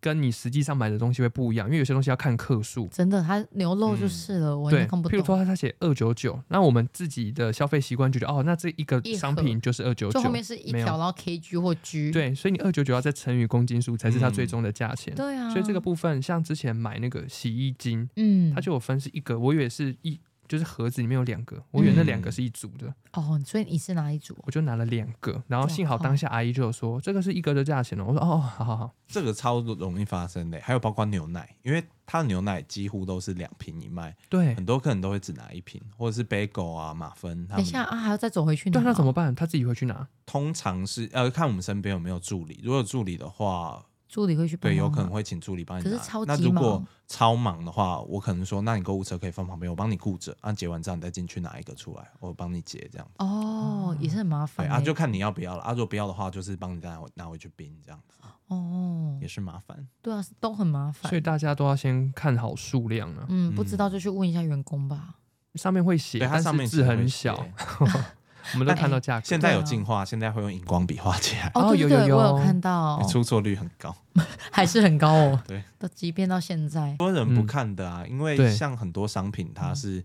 [SPEAKER 2] 跟你实际上买的东西会不一样，因为有些东西要看克数。
[SPEAKER 3] 真的，她牛肉就是了，我
[SPEAKER 2] 嗯
[SPEAKER 3] 完
[SPEAKER 2] 对，
[SPEAKER 3] 全看不
[SPEAKER 2] 譬如
[SPEAKER 3] 懂。
[SPEAKER 2] 说它写二九九，那我们自己的消费习惯就觉得，哦，那这一个
[SPEAKER 3] 一盒
[SPEAKER 2] 商品就是二九
[SPEAKER 3] 就
[SPEAKER 2] 九
[SPEAKER 3] 后，面是一
[SPEAKER 2] 没有
[SPEAKER 3] 条，然后 kg 或 g。
[SPEAKER 2] 对，所以你二九九要再乘以公斤数才是它
[SPEAKER 1] 嗯
[SPEAKER 2] 最终的价钱。
[SPEAKER 3] 对啊，
[SPEAKER 2] 所以这个部分，像之前买那个洗衣精，
[SPEAKER 3] 嗯，
[SPEAKER 2] 它就有分是一个，我以为是一，就是盒子里面有两个，我以为那两个是一组的，
[SPEAKER 3] 哦，所以你是哪一组？
[SPEAKER 2] 我就拿了两个，然后
[SPEAKER 3] 哇
[SPEAKER 2] 幸好
[SPEAKER 3] 靠
[SPEAKER 2] 当下阿姨就有说这个是一个的价钱哦，我说哦，好好好，
[SPEAKER 1] 这个超容易发生的，还有包括牛奶，因为它牛奶几乎都是两瓶一卖，
[SPEAKER 2] 对
[SPEAKER 1] 很，多客人都会只拿一瓶，或者是 bagel 啊、马芬，他
[SPEAKER 3] 等一下
[SPEAKER 1] 们
[SPEAKER 3] 啊，还要再走回去拿。
[SPEAKER 2] 对，那怎么办？他自己回去拿，
[SPEAKER 1] 通常是呃看我们身边有没有助理，如果有助理的话，
[SPEAKER 3] 助理会去帮
[SPEAKER 1] 对，
[SPEAKER 3] 忙
[SPEAKER 1] 有
[SPEAKER 3] 吗
[SPEAKER 1] 可能会请助理帮你拿。
[SPEAKER 3] 哦可是超级
[SPEAKER 1] 那如果
[SPEAKER 3] 忙
[SPEAKER 1] 超忙的话，我可能说，那你购物车可以放旁边，我帮你顾着。啊，结完账你再进去拿一个出来，我帮你结这样。
[SPEAKER 3] 哦，也是很麻
[SPEAKER 1] 对
[SPEAKER 3] 烦欸、
[SPEAKER 1] 啊，就看你要不要了。啊，如果不要的话，就是帮你再拿回拿回去冰这样子，
[SPEAKER 3] 哦
[SPEAKER 1] 也，是麻烦。
[SPEAKER 3] 对啊，都很麻烦
[SPEAKER 2] 所以。大家都要先看好数量啊，
[SPEAKER 3] 嗯，不
[SPEAKER 1] 嗯
[SPEAKER 3] 知道就去问一下员工吧。
[SPEAKER 2] 上面会写，
[SPEAKER 1] 对，它
[SPEAKER 2] 但
[SPEAKER 1] 上面
[SPEAKER 2] 是字
[SPEAKER 1] 其实
[SPEAKER 2] 很
[SPEAKER 1] 会
[SPEAKER 2] 小 *laughs*
[SPEAKER 1] 写，。
[SPEAKER 2] 我们都看到价
[SPEAKER 1] *laughs*
[SPEAKER 2] 格。啊
[SPEAKER 1] 现
[SPEAKER 3] 啊
[SPEAKER 1] 在有进化，现在会用荧光笔画起来，
[SPEAKER 3] 哦，
[SPEAKER 2] 哦
[SPEAKER 3] 对对
[SPEAKER 2] 有有
[SPEAKER 3] 对，我有
[SPEAKER 2] 有
[SPEAKER 3] 看到，
[SPEAKER 1] 出错率很高。
[SPEAKER 3] 还是很高哦。
[SPEAKER 1] 对，
[SPEAKER 3] 到即便到现在
[SPEAKER 1] 很，多人不
[SPEAKER 2] 嗯
[SPEAKER 1] 看的啊，因为
[SPEAKER 2] 对嗯
[SPEAKER 1] 像很多商品它是，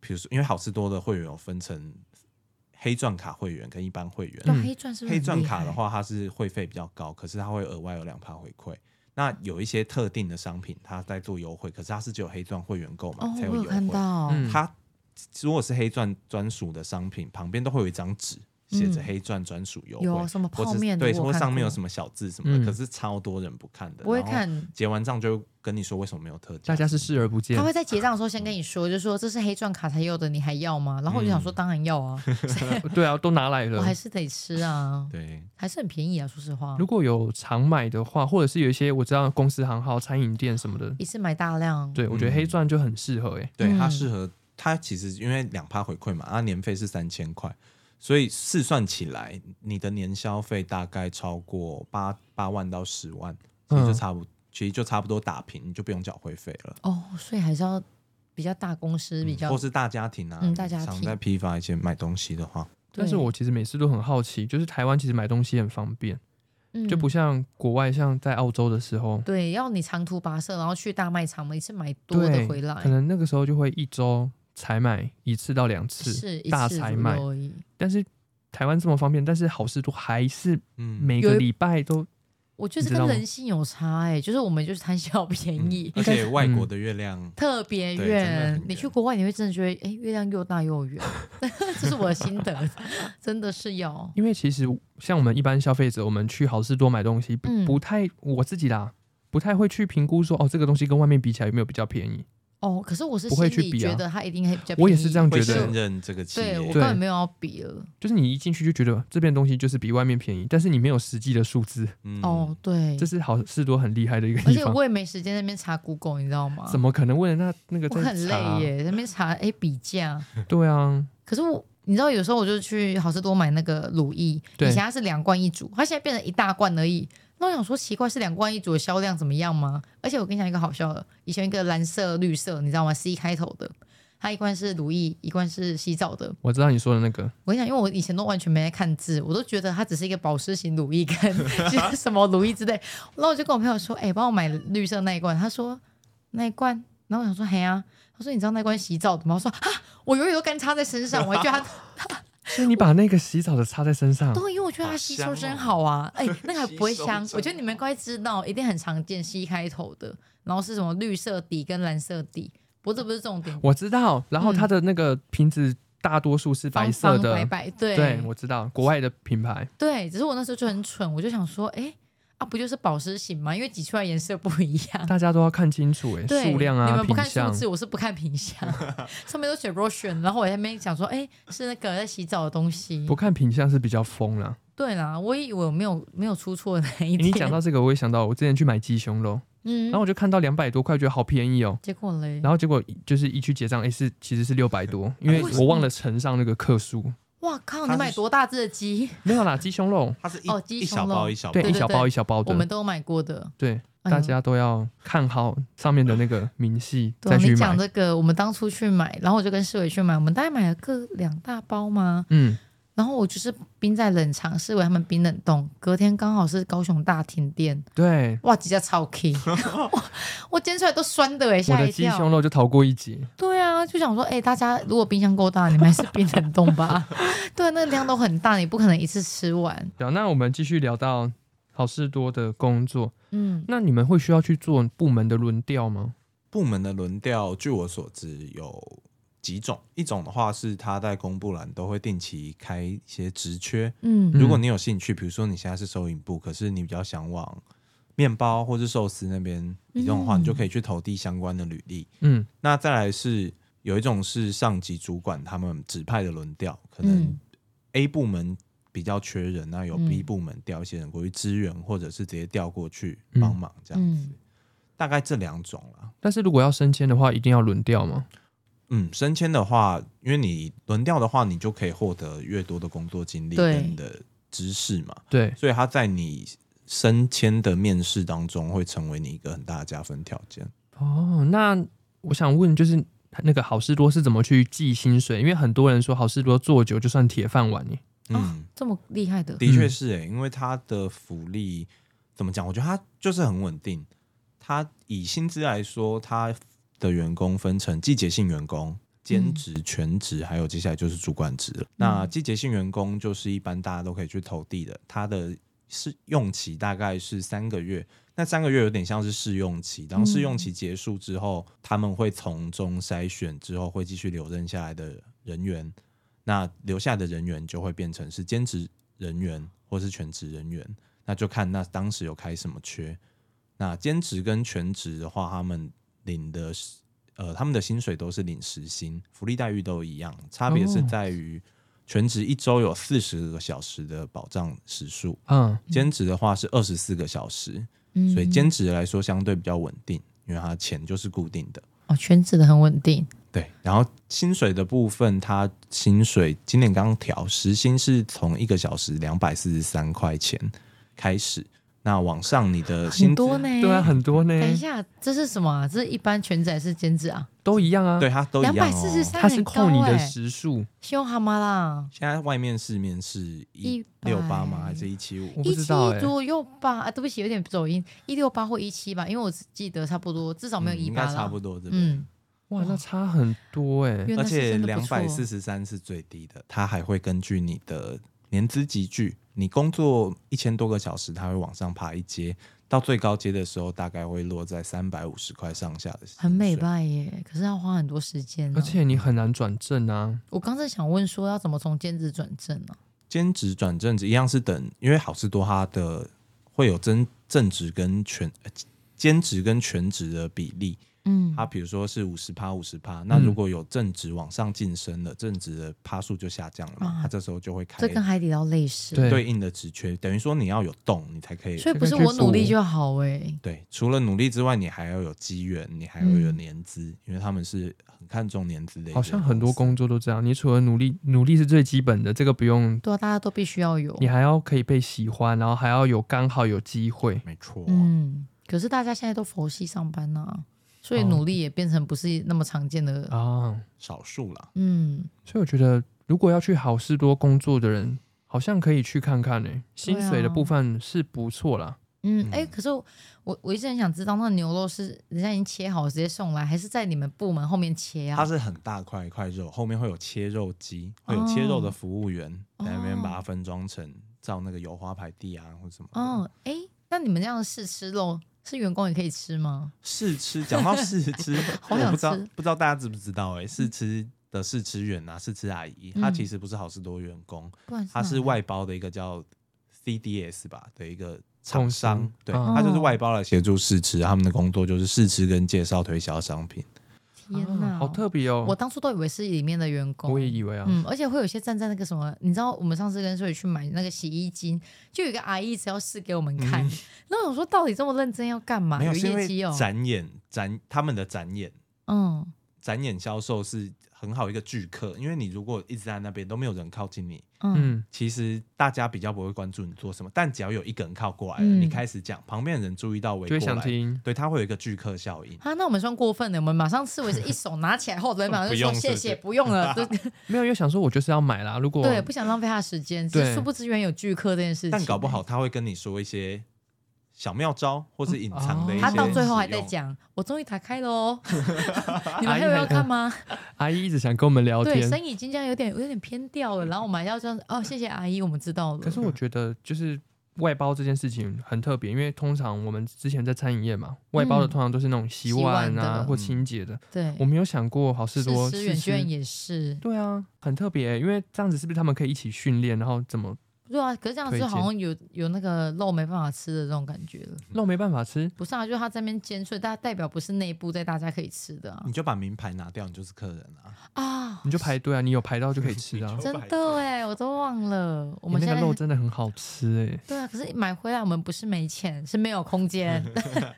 [SPEAKER 1] 比如说，因为好事多的会员有分成黑钻卡会员跟一般会员，
[SPEAKER 3] 对啊
[SPEAKER 2] 嗯
[SPEAKER 3] 黑钻是不是
[SPEAKER 1] 黑
[SPEAKER 3] 很
[SPEAKER 1] 钻
[SPEAKER 3] 厉
[SPEAKER 1] 卡的
[SPEAKER 3] 害，
[SPEAKER 1] 话，它是会费比较高，可是它会额外有两趴回馈。那有一些特定的商品，它在做优惠，可是它是只有黑钻会员购买
[SPEAKER 3] 哦，
[SPEAKER 1] 才
[SPEAKER 3] 我
[SPEAKER 1] 优
[SPEAKER 3] 有看
[SPEAKER 1] 惠。
[SPEAKER 3] 到，
[SPEAKER 2] 嗯
[SPEAKER 1] 它如果是黑钻专属的商品，旁边都会有一张纸写着黑钻专属优
[SPEAKER 3] 嗯有
[SPEAKER 1] 惠，
[SPEAKER 3] 什么
[SPEAKER 1] 或
[SPEAKER 3] 泡
[SPEAKER 1] 者
[SPEAKER 3] 面
[SPEAKER 1] 是
[SPEAKER 3] 的，
[SPEAKER 1] 对，或上面有什
[SPEAKER 3] 么，
[SPEAKER 1] 么小字什么的，
[SPEAKER 2] 嗯
[SPEAKER 1] 可是超多人不看的。
[SPEAKER 3] 我会
[SPEAKER 1] 然后
[SPEAKER 3] 看。
[SPEAKER 1] 结完账就会跟你说为什么没有特价。
[SPEAKER 2] 大家是视而不见
[SPEAKER 3] 他。会在结账的时候先跟你说，就说这是黑钻卡才有的，你还要吗？然后我就想说，
[SPEAKER 1] 嗯
[SPEAKER 3] 当然要啊，
[SPEAKER 2] 对啊，都拿来
[SPEAKER 3] 我
[SPEAKER 2] 了。
[SPEAKER 3] 还是得吃啊，
[SPEAKER 1] 对，
[SPEAKER 3] *laughs* 还是很便宜啊，说实话
[SPEAKER 2] 如，果有常买的话，或者是有一些我知道公司行号、餐饮店什么的，
[SPEAKER 3] 一次买大量，
[SPEAKER 2] 对我觉得
[SPEAKER 1] 嗯
[SPEAKER 2] 黑钻就很适合欸诶、
[SPEAKER 1] 对，它
[SPEAKER 3] 嗯
[SPEAKER 1] 适合它其实因为两趴回馈嘛，它啊年费是三千块，所以试算起来，你的年消费大概超过八八万到十万，其实就
[SPEAKER 2] 嗯
[SPEAKER 1] 差不、其实就差不多打平，你就不用缴会费了。
[SPEAKER 3] 哦，所以还是要比较大公
[SPEAKER 2] 嗯
[SPEAKER 3] 司比较
[SPEAKER 1] 或，是大家庭啊，
[SPEAKER 3] 嗯大家
[SPEAKER 1] 常
[SPEAKER 3] 庭
[SPEAKER 1] 在批发一些买东西的话，
[SPEAKER 2] 但是
[SPEAKER 3] 对
[SPEAKER 2] 我其实每次都很好奇，就是台湾其实买东西很方便，
[SPEAKER 3] 嗯
[SPEAKER 2] 就不像国外，像在澳洲的时候，
[SPEAKER 3] 对，要你长途跋涉，然后去大卖场，每次买多的
[SPEAKER 2] 对
[SPEAKER 3] 回来
[SPEAKER 2] 可，能那个时候就会一周才买一次到两次，
[SPEAKER 3] 是一
[SPEAKER 2] 大
[SPEAKER 3] 次
[SPEAKER 2] 才
[SPEAKER 3] 左
[SPEAKER 2] 买
[SPEAKER 3] 右而已。
[SPEAKER 2] 但是台湾这么方便，但是好事多还是
[SPEAKER 1] 嗯，
[SPEAKER 2] 每
[SPEAKER 3] 有
[SPEAKER 2] 个
[SPEAKER 3] 一
[SPEAKER 2] 礼拜都
[SPEAKER 3] 我觉得
[SPEAKER 2] 你
[SPEAKER 3] 这
[SPEAKER 2] 知道
[SPEAKER 3] 跟
[SPEAKER 2] 吗
[SPEAKER 3] 人性有差哎、就是我们就是贪小便
[SPEAKER 1] 嗯
[SPEAKER 3] 宜，
[SPEAKER 1] 而且外国
[SPEAKER 2] 嗯
[SPEAKER 1] 的月亮，
[SPEAKER 3] 特别
[SPEAKER 1] 对真的很
[SPEAKER 3] 远
[SPEAKER 1] 远。
[SPEAKER 3] 你去国外，你会真的觉得，哎、月亮又大
[SPEAKER 2] *laughs*
[SPEAKER 3] 又圆， *laughs* 这是我的心得，真的是有。
[SPEAKER 2] 因为其实像我们一般消费者，我们去好事多买东西，不
[SPEAKER 3] 嗯
[SPEAKER 2] 不太我自己啦，不太会去评估说哦，这个东西跟外面比起来有没有比较便宜。
[SPEAKER 3] 哦，可是我是
[SPEAKER 2] 不会
[SPEAKER 3] 心
[SPEAKER 2] 去
[SPEAKER 3] 里
[SPEAKER 2] 比啊
[SPEAKER 3] 觉得它一定会比较便宜，
[SPEAKER 2] 我也是这样
[SPEAKER 1] 会
[SPEAKER 2] 觉得
[SPEAKER 1] 信任这个企
[SPEAKER 3] 对我
[SPEAKER 1] 业，
[SPEAKER 3] 根本没有要比了。
[SPEAKER 2] 就是你一进去就觉得这边的东西就是比外面便宜，但是你没有实际的数字，
[SPEAKER 1] 嗯
[SPEAKER 3] 哦，，对
[SPEAKER 2] 这，是好事多很厉害的一个
[SPEAKER 3] 而
[SPEAKER 2] 地
[SPEAKER 3] 且
[SPEAKER 2] 方。
[SPEAKER 3] 我也没时间在那边查 Google，你知道吗？
[SPEAKER 2] 怎么可能为了那那个
[SPEAKER 3] 我
[SPEAKER 2] 在
[SPEAKER 3] 很累
[SPEAKER 2] 查？啊
[SPEAKER 3] 耶，在那边查哎、比价，
[SPEAKER 2] 对啊，
[SPEAKER 3] 可是我。你知道有时候我就去好事多买那个乳液，以
[SPEAKER 2] 对
[SPEAKER 3] 前它是两罐一组，它现在变成一大罐而已。那我想说奇怪，是两罐一组的销量怎么样吗？而且我跟你讲一个好笑的，以前一个蓝色、绿色，你知道吗？C 开头的，它一罐是乳液，一罐是洗澡的。
[SPEAKER 2] 我知道你说的那个，
[SPEAKER 3] 我跟你讲，因为我以前都完全没在看字，我都觉得它只是一个保湿型乳液跟就是什么乳液之类。然后我就跟我朋友说：“哎、帮我买绿色那一罐。”他说：“那一罐。”然后我想说：“嘿啊。”他说：“你知道那罐洗澡的吗？”我说：“啊，我永远都干擦在身上，我还觉
[SPEAKER 2] *laughs*
[SPEAKER 3] 得 *laughs* 它
[SPEAKER 2] 所以你把那个洗澡的插在身上，
[SPEAKER 3] 对，因为我觉得它
[SPEAKER 1] 好
[SPEAKER 3] 吸
[SPEAKER 1] 香
[SPEAKER 3] 收真
[SPEAKER 1] 哦
[SPEAKER 3] 好啊，哎、那个还
[SPEAKER 1] 吸
[SPEAKER 3] 不会
[SPEAKER 1] 收
[SPEAKER 3] 香，我
[SPEAKER 1] 真
[SPEAKER 3] 觉得你们该知道，一定很常见 C 开头的，然后是什么绿色底跟蓝色底，不过这不是重点，
[SPEAKER 2] 我知道。然后它的那个瓶子大多数是白色
[SPEAKER 3] 嗯方
[SPEAKER 2] 的，
[SPEAKER 3] 方白白，对
[SPEAKER 2] 对，我知道国外的品牌。
[SPEAKER 3] 对只是我那时候就很蠢，我就想说，哎、啊，不就是保湿型吗？因为挤出来颜色不一样。
[SPEAKER 2] 大家都要看清楚哎、
[SPEAKER 3] 啊对，
[SPEAKER 2] 数量
[SPEAKER 3] 你
[SPEAKER 2] 啊、
[SPEAKER 3] 们不
[SPEAKER 2] 品
[SPEAKER 3] 看数
[SPEAKER 2] 相，
[SPEAKER 3] 字，我是不看
[SPEAKER 2] *laughs*
[SPEAKER 3] 品相，上面都写 Russian，然后我在那边想说，哎、是那个在洗澡的东西
[SPEAKER 2] 不。看品相是比较疯
[SPEAKER 3] *laughs*
[SPEAKER 2] 啦。
[SPEAKER 3] 对啦，我以为我没有没有出错的那一
[SPEAKER 2] 诶
[SPEAKER 3] 天。
[SPEAKER 2] 你讲到，这个，我也想到我之前去买鸡胸肉，
[SPEAKER 3] 嗯
[SPEAKER 2] 然后，我就看到两百多块，觉得好便宜哦。
[SPEAKER 3] 结果嘞，
[SPEAKER 2] 然后结果就是一去结账，哎、是其实是六百多，因为
[SPEAKER 3] 哎为什
[SPEAKER 2] 我忘了乘上那个克数。
[SPEAKER 3] 哇靠！
[SPEAKER 1] 它
[SPEAKER 3] 你
[SPEAKER 1] 是
[SPEAKER 3] 买多大只的鸡？
[SPEAKER 2] 没有啦，鸡胸肉，
[SPEAKER 1] 它是一
[SPEAKER 3] 哦鸡
[SPEAKER 1] 一小
[SPEAKER 3] 胸
[SPEAKER 1] 包
[SPEAKER 3] 肉
[SPEAKER 1] 一小包
[SPEAKER 2] 对，
[SPEAKER 3] 对，
[SPEAKER 2] 一小包
[SPEAKER 3] 对
[SPEAKER 2] 一小包
[SPEAKER 3] 我们
[SPEAKER 2] 的，
[SPEAKER 3] 都有买过的。
[SPEAKER 2] 对，
[SPEAKER 3] 哎呦
[SPEAKER 2] 大家都要看好上面的那个明细
[SPEAKER 3] 对啊、
[SPEAKER 2] 再去
[SPEAKER 3] 你
[SPEAKER 2] 买
[SPEAKER 3] 讲。这个，我们当初去买，然后我就跟世伟去买，我们大概买了各两大包嘛。
[SPEAKER 2] 嗯，
[SPEAKER 3] 然后我就是冰在冷藏，世伟他们冰冷冻。隔天刚好是高雄大停电，
[SPEAKER 2] 对，
[SPEAKER 3] 哇，几家超
[SPEAKER 2] *laughs*
[SPEAKER 3] K，我煎出来都酸的哎、
[SPEAKER 2] 我
[SPEAKER 3] 吓
[SPEAKER 2] 的
[SPEAKER 3] 一
[SPEAKER 2] 鸡
[SPEAKER 3] 跳。
[SPEAKER 2] 胸肉就逃过一劫。
[SPEAKER 3] 对啊，就想说，哎、大家如果冰箱够大，你们还是冰冷冻
[SPEAKER 2] *laughs*
[SPEAKER 3] 吧。对，啊那量都很大，你不可能一次吃完。
[SPEAKER 2] 对啊，那我们继续聊到好事多的工作，
[SPEAKER 3] 嗯，
[SPEAKER 2] 那你们会需要去做部门的轮调吗？
[SPEAKER 1] 部门的轮调，据我所知有几种，一种的话是他在公布栏都会定期开一些职缺，
[SPEAKER 3] 嗯
[SPEAKER 1] 如果你有兴趣，比如说你现在是收银部，可是你比较想往面包或是寿司那边移动的话，
[SPEAKER 3] 嗯
[SPEAKER 1] 你就可以去投递相关的履历。
[SPEAKER 2] 嗯，
[SPEAKER 1] 那再来是有一种是上级主管他们指派的轮调，可能
[SPEAKER 3] 嗯
[SPEAKER 1] A 部门比较缺人，那有
[SPEAKER 3] 嗯
[SPEAKER 1] B 部门调一些人过去支援，或者是直接调过去
[SPEAKER 2] 嗯
[SPEAKER 1] 帮忙这样子
[SPEAKER 3] 嗯。
[SPEAKER 1] 大概这两种啦。
[SPEAKER 2] 但是如果要升迁的话，一定要轮调吗？
[SPEAKER 1] 嗯，升迁的话，因为你轮调的话，你就可以获得越多的工作经历
[SPEAKER 3] 对
[SPEAKER 1] 跟你的知识嘛，
[SPEAKER 2] 对，
[SPEAKER 1] 所以它在你升迁的面试当中会成为你一个很大的加分条件。
[SPEAKER 2] 哦，那我想问，就是那个好事多是怎么去计薪水？因为很多人说好事多做久就算铁饭碗耶。
[SPEAKER 1] 嗯，
[SPEAKER 3] 这么厉害的，
[SPEAKER 1] 的确是诶、因为它的福利怎么讲？我觉得它就是很稳定。它以薪资来说，它的员工分成季节性员工、兼职、全职，还有接下来就是主管职了。那季节性员工就是一般大家都可以去投递的，它的试用期大概是三个月。那三个月有点像是试用期，
[SPEAKER 2] 嗯
[SPEAKER 1] 当试用期结束之后，他们会从中筛选之后会继续留任下来的人员，那留下的人员就会变成是兼职人员或是全职人员，那就看那当时有开什么缺。那兼职跟全职的话，他们领的是呃他们的薪水都是领时薪，福利待遇都一样，差别是
[SPEAKER 2] 哦
[SPEAKER 1] 在于全职一周有四十个小时的保障时数，
[SPEAKER 2] 嗯，
[SPEAKER 1] 兼职的话是二十四个小时，
[SPEAKER 3] 嗯
[SPEAKER 1] 所以兼职来说相对比较稳定，因为它钱就是固定的。
[SPEAKER 3] 哦，全职的很稳定，
[SPEAKER 1] 对，然后薪水的部分，它薪水今年刚调，时薪是从一个小时两百四十三块钱开始，那往上你的薪资
[SPEAKER 3] 很多呢。
[SPEAKER 2] 对啊，很多呢，
[SPEAKER 3] 哎等一下，这是什么啊？这是一般全职还是兼职啊？
[SPEAKER 2] 都一样啊。
[SPEAKER 1] 对，它都一样、
[SPEAKER 3] 两
[SPEAKER 1] 哦。
[SPEAKER 3] 百四十三，欸
[SPEAKER 2] 它是扣你的
[SPEAKER 3] 时，
[SPEAKER 2] 时数，
[SPEAKER 3] 修蛤蟆啦，
[SPEAKER 1] 现在外面市面是一六八吗？还是一七五？
[SPEAKER 2] 我不
[SPEAKER 3] 一
[SPEAKER 2] 知
[SPEAKER 3] 七
[SPEAKER 2] 道哎、
[SPEAKER 3] 左右吧？啊，对不起，有点走音，一六八或一七吧，因为我只记得差不多，至少没有
[SPEAKER 1] 嗯
[SPEAKER 3] 一
[SPEAKER 1] 应
[SPEAKER 3] 八
[SPEAKER 1] 该
[SPEAKER 3] 啦。
[SPEAKER 1] 差不多对不对？
[SPEAKER 3] 嗯，
[SPEAKER 2] 哇，那差很多哎、
[SPEAKER 3] 原来
[SPEAKER 1] 而
[SPEAKER 3] 是
[SPEAKER 1] 且
[SPEAKER 3] 真的
[SPEAKER 1] 两
[SPEAKER 3] 不错啊
[SPEAKER 1] 百四十三是最低的，它还会根据你的年资集聚，你工作一千多个小时，它会往上爬一阶，到最高阶的时候大概会落在三百五十块上下的薪水，
[SPEAKER 3] 很美吧耶，可是要花很多时间呢、
[SPEAKER 2] 而且你很难转正啊。
[SPEAKER 3] 我刚才想问说，要怎么从兼职转正啊呢、
[SPEAKER 1] 兼职转正职一样是等，因为好事多它的会有真正职跟全呃兼职跟全职的比例，
[SPEAKER 3] 嗯，
[SPEAKER 1] 它比如说是五十趴五十趴，那
[SPEAKER 2] 嗯
[SPEAKER 1] 如果有正职往上晋升了，正职的趴数就下降了嘛
[SPEAKER 3] 啊，
[SPEAKER 1] 它这时候就会开
[SPEAKER 3] 这跟海底捞类似，
[SPEAKER 2] 对
[SPEAKER 1] 对应的职缺，等于说你要有动，你才可以
[SPEAKER 3] 所以不是我努力就好哎。
[SPEAKER 1] 对，除了努力之外，你还要有机缘，你还要有年资，因为他们是很看重年资的一个公
[SPEAKER 2] 好
[SPEAKER 1] 司。
[SPEAKER 2] 像很多工作都这样，你除了努力，努力是最基本的，这个不用，
[SPEAKER 3] 对啊，大家都必须要有。
[SPEAKER 2] 你还要可以被喜欢，然后还要有刚好有机会。
[SPEAKER 1] 没错，
[SPEAKER 3] 嗯，可是大家现在都佛系上班呐、所以
[SPEAKER 2] 哦
[SPEAKER 3] 努力也变成不是那么常见的。
[SPEAKER 2] 啊，
[SPEAKER 1] 少数啦。
[SPEAKER 3] 嗯，
[SPEAKER 2] 所以我觉得如果要去好事多工作的人，好像可以去看看呢、欸薪水的
[SPEAKER 3] 啊
[SPEAKER 2] 部分是不错啦。
[SPEAKER 3] 嗯，哎、
[SPEAKER 1] 嗯
[SPEAKER 3] 可是我我我一直很想知道，那牛肉是人家已经切好直接送来，还是在你们部门后面切
[SPEAKER 1] 它
[SPEAKER 3] 啊？
[SPEAKER 1] 是很大块一块肉，后面会有切肉机，会有切肉的服务员
[SPEAKER 3] 哦
[SPEAKER 1] 在那边把它分装成照那个油花排地啊或什么的。
[SPEAKER 3] 哦，哎、那你们这样的试吃肉是员工也可以吃吗？
[SPEAKER 1] 试吃，讲到试吃，
[SPEAKER 3] 好想
[SPEAKER 1] 我不知道
[SPEAKER 3] 吃
[SPEAKER 1] 不知道大家知不知道哎、试吃的试吃员啊，试吃阿姨，她
[SPEAKER 3] 嗯
[SPEAKER 1] 其实不是好事多员工，
[SPEAKER 3] 不然
[SPEAKER 1] 它
[SPEAKER 3] 哪
[SPEAKER 1] 是
[SPEAKER 3] 来
[SPEAKER 1] 外包的一个叫 CDS 吧的一个厂
[SPEAKER 2] 公
[SPEAKER 1] 商
[SPEAKER 2] 司，
[SPEAKER 1] 对，
[SPEAKER 2] 哦
[SPEAKER 1] 它就是外包来协助试吃，他们的工作就是试吃跟介绍推销商品。
[SPEAKER 3] 天哪、
[SPEAKER 2] 啊好特别
[SPEAKER 3] 我
[SPEAKER 2] 哦！
[SPEAKER 3] 当初都以为是里面的员工，
[SPEAKER 2] 我也以为啊，
[SPEAKER 3] 嗯，而且会有些站在那个什么，你知道我们上次跟瑞去买那个洗衣精，就有一个阿姨只要试给我们看， *laughs* 那我说到底这么认真要干嘛？
[SPEAKER 1] 嗯没有，是因
[SPEAKER 3] 业绩
[SPEAKER 1] 为
[SPEAKER 3] 哦，
[SPEAKER 1] 展演展他们的展演
[SPEAKER 3] 嗯
[SPEAKER 1] 展演销售是很好一个聚客，因为你如果一直在那边都没有人靠近你，
[SPEAKER 3] 嗯
[SPEAKER 2] 嗯，
[SPEAKER 1] 其实大家比较不会关注你做什么，但只要有一个人靠过来了，
[SPEAKER 3] 嗯
[SPEAKER 1] 你开始讲，旁边的人注意到围
[SPEAKER 2] 就会
[SPEAKER 1] 过
[SPEAKER 2] 想
[SPEAKER 1] 来，
[SPEAKER 2] 听。
[SPEAKER 1] 对，它会有一个聚客效应。
[SPEAKER 3] 啊，那我们算过分了，我们马上视为是一手拿起来后，人马上就
[SPEAKER 1] *laughs* 不
[SPEAKER 3] 说
[SPEAKER 1] 用
[SPEAKER 3] 谢
[SPEAKER 1] 是不
[SPEAKER 3] 谢，
[SPEAKER 1] 是
[SPEAKER 3] 不用了， *laughs* 就
[SPEAKER 2] 没有，又想说我就是要买啦。如果
[SPEAKER 3] 对，不想浪费他的时间，只是
[SPEAKER 2] 对
[SPEAKER 3] 殊不知原来有拒客这件事情，
[SPEAKER 1] 但搞不好他会跟你说一些小妙招，或是隐藏的一
[SPEAKER 2] 嗯
[SPEAKER 1] 些、
[SPEAKER 3] 欸他
[SPEAKER 2] 哦
[SPEAKER 3] 到最后还在
[SPEAKER 1] 讲。
[SPEAKER 3] 讲，我终于打开
[SPEAKER 2] *laughs*
[SPEAKER 3] 了哦， *laughs* 你们还有要看吗？
[SPEAKER 2] 阿姨一直想跟我们聊
[SPEAKER 3] 对，
[SPEAKER 2] 天，
[SPEAKER 3] 生意已经这样有点有点偏掉了，然后我们还要这样子，哦，谢谢阿姨，我们知道了。
[SPEAKER 2] 可是我觉得就是外包这件事情很特别，因为通常我们之前在餐饮业嘛，外包的
[SPEAKER 3] 嗯
[SPEAKER 2] 通常都是那种洗
[SPEAKER 3] 洗碗
[SPEAKER 2] 碗
[SPEAKER 3] 的嗯
[SPEAKER 2] 啊或清洁的。
[SPEAKER 3] 对，
[SPEAKER 2] 我没有想过好事
[SPEAKER 3] 是
[SPEAKER 2] 多
[SPEAKER 3] 思远
[SPEAKER 2] 试吃
[SPEAKER 3] 居然也是，
[SPEAKER 2] 对啊，很特别欸，因为这样子是不是他们可以一起训练，然后怎么
[SPEAKER 3] 不对啊，可是这样
[SPEAKER 2] 推
[SPEAKER 3] 就
[SPEAKER 2] 荐
[SPEAKER 3] 好像有有那个肉没办法吃的这种感觉了。
[SPEAKER 2] 肉没办法吃，
[SPEAKER 3] 不是啊，就是它这边煎碎，但代表不是内部在大家可以吃的啊
[SPEAKER 1] 你就把名牌拿掉，你就是客人啊。
[SPEAKER 3] 啊！
[SPEAKER 2] 你就排队啊，你有排到就可以吃
[SPEAKER 3] *laughs*
[SPEAKER 2] 啊。
[SPEAKER 1] 你就
[SPEAKER 3] 真的哎，我都忘了，我
[SPEAKER 2] 我
[SPEAKER 3] 们现
[SPEAKER 2] 那
[SPEAKER 3] 在
[SPEAKER 2] 个肉真的很好吃哎、
[SPEAKER 3] 对啊，可是买回来我们不是没钱，是没有空
[SPEAKER 2] *laughs*
[SPEAKER 3] 间。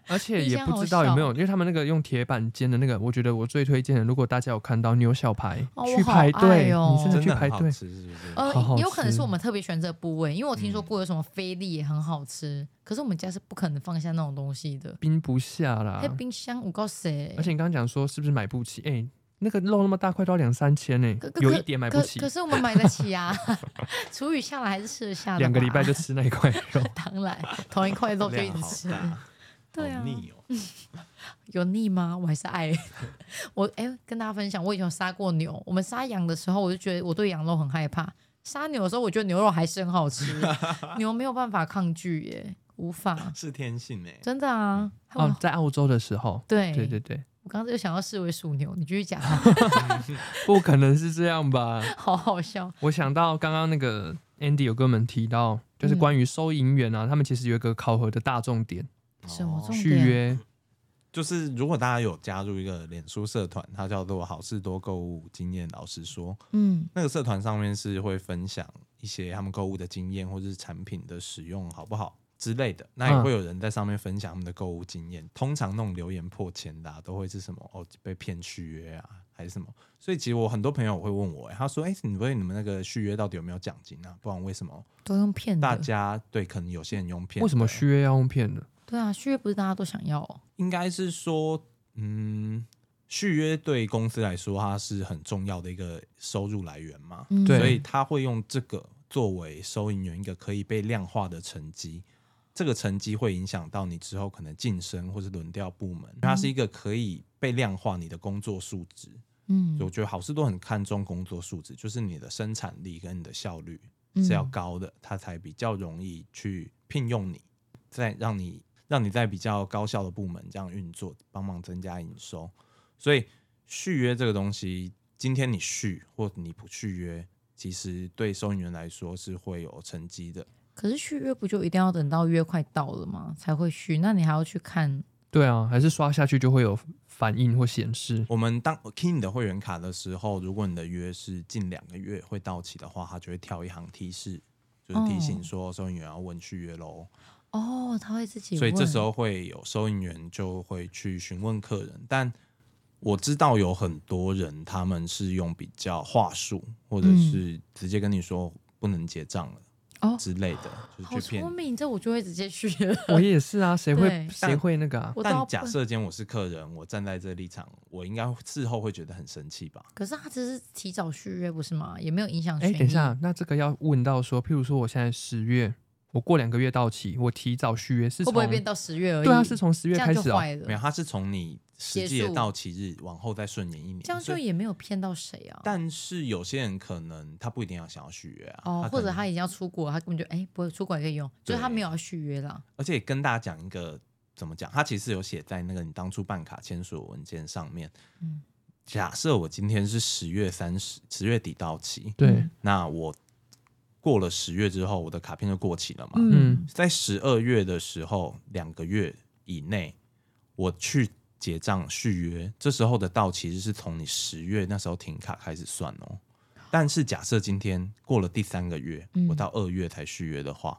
[SPEAKER 2] 而且
[SPEAKER 3] 冰
[SPEAKER 2] 也
[SPEAKER 3] 箱
[SPEAKER 2] 不
[SPEAKER 3] 好
[SPEAKER 2] 知道有没
[SPEAKER 3] 小
[SPEAKER 2] 有，因为他们那个用铁板煎的那个，我觉得我最推荐的，如果大家有看到，你有小排、
[SPEAKER 3] 哦
[SPEAKER 2] 去
[SPEAKER 3] 我好
[SPEAKER 2] 排队，
[SPEAKER 3] 爱哦
[SPEAKER 2] 你真的
[SPEAKER 1] 真
[SPEAKER 2] 去
[SPEAKER 1] 的
[SPEAKER 2] 排
[SPEAKER 1] 很
[SPEAKER 2] 队
[SPEAKER 1] 好，吃，是不是？
[SPEAKER 3] 呃
[SPEAKER 2] 好好，
[SPEAKER 3] 也有可能
[SPEAKER 2] 吃嗯
[SPEAKER 3] 是我们特别喜欢这个部位，因为我听说过有什么菲力也很好吃，可是我们家是不可能放下那种东西的。
[SPEAKER 2] 冰不下啦
[SPEAKER 3] 那。冰箱我告诉谁
[SPEAKER 2] 啊而？且你刚刚讲说是不是买不起？哎、那个肉那么大块都要两三千呢、
[SPEAKER 3] 可可
[SPEAKER 2] 有一点买不
[SPEAKER 3] 可
[SPEAKER 2] 起
[SPEAKER 3] 可，是我们买得起啊， *laughs* 厨余下来还是吃得下的。
[SPEAKER 2] 两个礼拜就，吃那一块肉。
[SPEAKER 3] *laughs* 当然同一块肉就一
[SPEAKER 1] 量
[SPEAKER 3] 直
[SPEAKER 1] 好
[SPEAKER 3] 吃。
[SPEAKER 1] 大，
[SPEAKER 3] 对
[SPEAKER 1] 好
[SPEAKER 3] 啊，
[SPEAKER 1] 腻
[SPEAKER 3] *laughs*
[SPEAKER 1] 哦。
[SPEAKER 3] 有腻吗？我还是爱。 *laughs* 我哎、跟大家分享，我以前有杀过牛。我们杀羊的时候，我就觉得我对羊肉很害怕；杀牛的时候，我觉得牛肉还是很
[SPEAKER 2] *laughs*
[SPEAKER 3] 好吃。牛没有办法抗拒耶，无法，
[SPEAKER 1] 是天性哎，
[SPEAKER 3] 真的啊。我
[SPEAKER 2] 哦，在澳洲的时候，
[SPEAKER 3] 对
[SPEAKER 2] 对对对，
[SPEAKER 3] 我刚刚就想要视为属牛，你继续讲，啊
[SPEAKER 2] 不可能是这样吧？
[SPEAKER 3] *laughs* 好好笑。
[SPEAKER 2] 我想到刚刚那个 Andy 有跟我们提到，
[SPEAKER 3] 嗯
[SPEAKER 2] 就是关于收银员啊，他们其实有一个考核的大重点，
[SPEAKER 3] 什么
[SPEAKER 1] 哦
[SPEAKER 3] 重
[SPEAKER 2] 续
[SPEAKER 3] 点
[SPEAKER 2] 约
[SPEAKER 1] 就是如果大家有加入一个脸书社团，它叫做“好事多购物经验”，老实说，
[SPEAKER 3] 嗯
[SPEAKER 1] 那个社团上面是会分享一些他们购物的经验，或者是产品的使用好不好之类的。那也
[SPEAKER 2] 嗯
[SPEAKER 1] 会有人在上面分享他们的购物经验。通常那种留言破千的、啊，都会是什么哦被骗续约啊，还是什么。所以其实我很多朋友会问我、欸他说：“哎、你问你们那个续约到底有没有奖金啊？不然为什么
[SPEAKER 3] 都用骗
[SPEAKER 1] 大
[SPEAKER 3] 的，
[SPEAKER 1] 家对可能有些人用骗的？
[SPEAKER 2] 为什么续约要用骗的？
[SPEAKER 3] 对啊，续约不是大家都想要、哦，
[SPEAKER 1] 应该是说，嗯，续约对公司来说，它是很重要的一个收入来源嘛，
[SPEAKER 3] 嗯
[SPEAKER 2] 对
[SPEAKER 1] 所以他会用这个作为收银员一个可以被量化的成绩。这个成绩会影响到你之后可能晋升或是轮调部门，它是一个可以被量化你的工作数值。
[SPEAKER 3] 嗯
[SPEAKER 1] 所以我觉得好事都很看重工作数值，就是你的生产力跟你的效率
[SPEAKER 3] 嗯
[SPEAKER 1] 是要高的，它才比较容易去聘用你，再让你让你在比较高效的部门这样运作，帮忙增加营收。所以续约这个东西，今天你续或你不续约，其实对收银员来说是会有成绩的。
[SPEAKER 3] 可是续约不就一定要等到约快到了吗才会续？那你还要去看
[SPEAKER 2] 对啊，还是刷下去就会有反应或显
[SPEAKER 3] *laughs*
[SPEAKER 2] 示。
[SPEAKER 1] 我们当 key 你的会员卡的时候，如果你的约是近两个月会到期的话，它就会跳一行提示，就是提醒说收银员要问续约喽。
[SPEAKER 3] 哦，他会自己问，
[SPEAKER 1] 所以这时候会有收银员就会去询问客人，但我知道有很多人他们是用比较话术，或者是直接跟你说不能结账了
[SPEAKER 3] 嗯哦
[SPEAKER 1] 之类的，就
[SPEAKER 3] 好
[SPEAKER 1] 是去骗
[SPEAKER 3] 聪
[SPEAKER 1] 你。
[SPEAKER 3] 明，这我就会直接续约了。
[SPEAKER 2] 我也是啊，谁会
[SPEAKER 3] 对
[SPEAKER 2] 谁会那个啊？
[SPEAKER 3] 我都要
[SPEAKER 1] 但假
[SPEAKER 3] 问，
[SPEAKER 1] 设今天我是客人，我站在这立场，我应该事后会觉得很生气吧？
[SPEAKER 3] 可是他只是提早续约不是吗？也没有影响。
[SPEAKER 2] 哎、等一，
[SPEAKER 3] 哦
[SPEAKER 2] 下，那这个要问到说，譬如说我现在十月，我过两个月到期，我提早续约是
[SPEAKER 3] 会
[SPEAKER 2] 从
[SPEAKER 3] 不会变到十月而已？
[SPEAKER 2] 对啊，是从十
[SPEAKER 3] 这
[SPEAKER 2] 月
[SPEAKER 3] 样
[SPEAKER 2] 开
[SPEAKER 3] 就
[SPEAKER 2] 始啊。
[SPEAKER 3] 坏
[SPEAKER 1] 哦没有，
[SPEAKER 3] 了，
[SPEAKER 1] 它是从你实际
[SPEAKER 3] 结
[SPEAKER 1] 的
[SPEAKER 3] 束
[SPEAKER 1] 到期日往后再顺延一年，
[SPEAKER 3] 这样
[SPEAKER 1] 所
[SPEAKER 3] 就
[SPEAKER 1] 以
[SPEAKER 3] 也没有骗到谁啊。
[SPEAKER 1] 但是有些人可能他不一定要想要续约啊，
[SPEAKER 3] 哦，
[SPEAKER 1] 可
[SPEAKER 3] 或者
[SPEAKER 1] 能
[SPEAKER 3] 他已经要出国，他根本就哎，不会出国也可以用，就是他
[SPEAKER 1] 对
[SPEAKER 3] 没有要续约啦。
[SPEAKER 1] 而且跟大家讲一个怎么讲，它其实有写在那个你当初办卡签署的文件上面。
[SPEAKER 3] 嗯
[SPEAKER 1] 假设我今天是十月三十，十月底到期，
[SPEAKER 3] 嗯
[SPEAKER 2] 对，
[SPEAKER 1] 那我过了十月之后，我的卡片就过期了嘛。
[SPEAKER 2] 嗯，
[SPEAKER 1] 在十二月的时候，两个月以内，我去结账续约，这时候的到期日是从你十月那时候停卡开始算哦。但是假设今天过了第三个月，
[SPEAKER 3] 嗯
[SPEAKER 1] 我到二月才续约的话，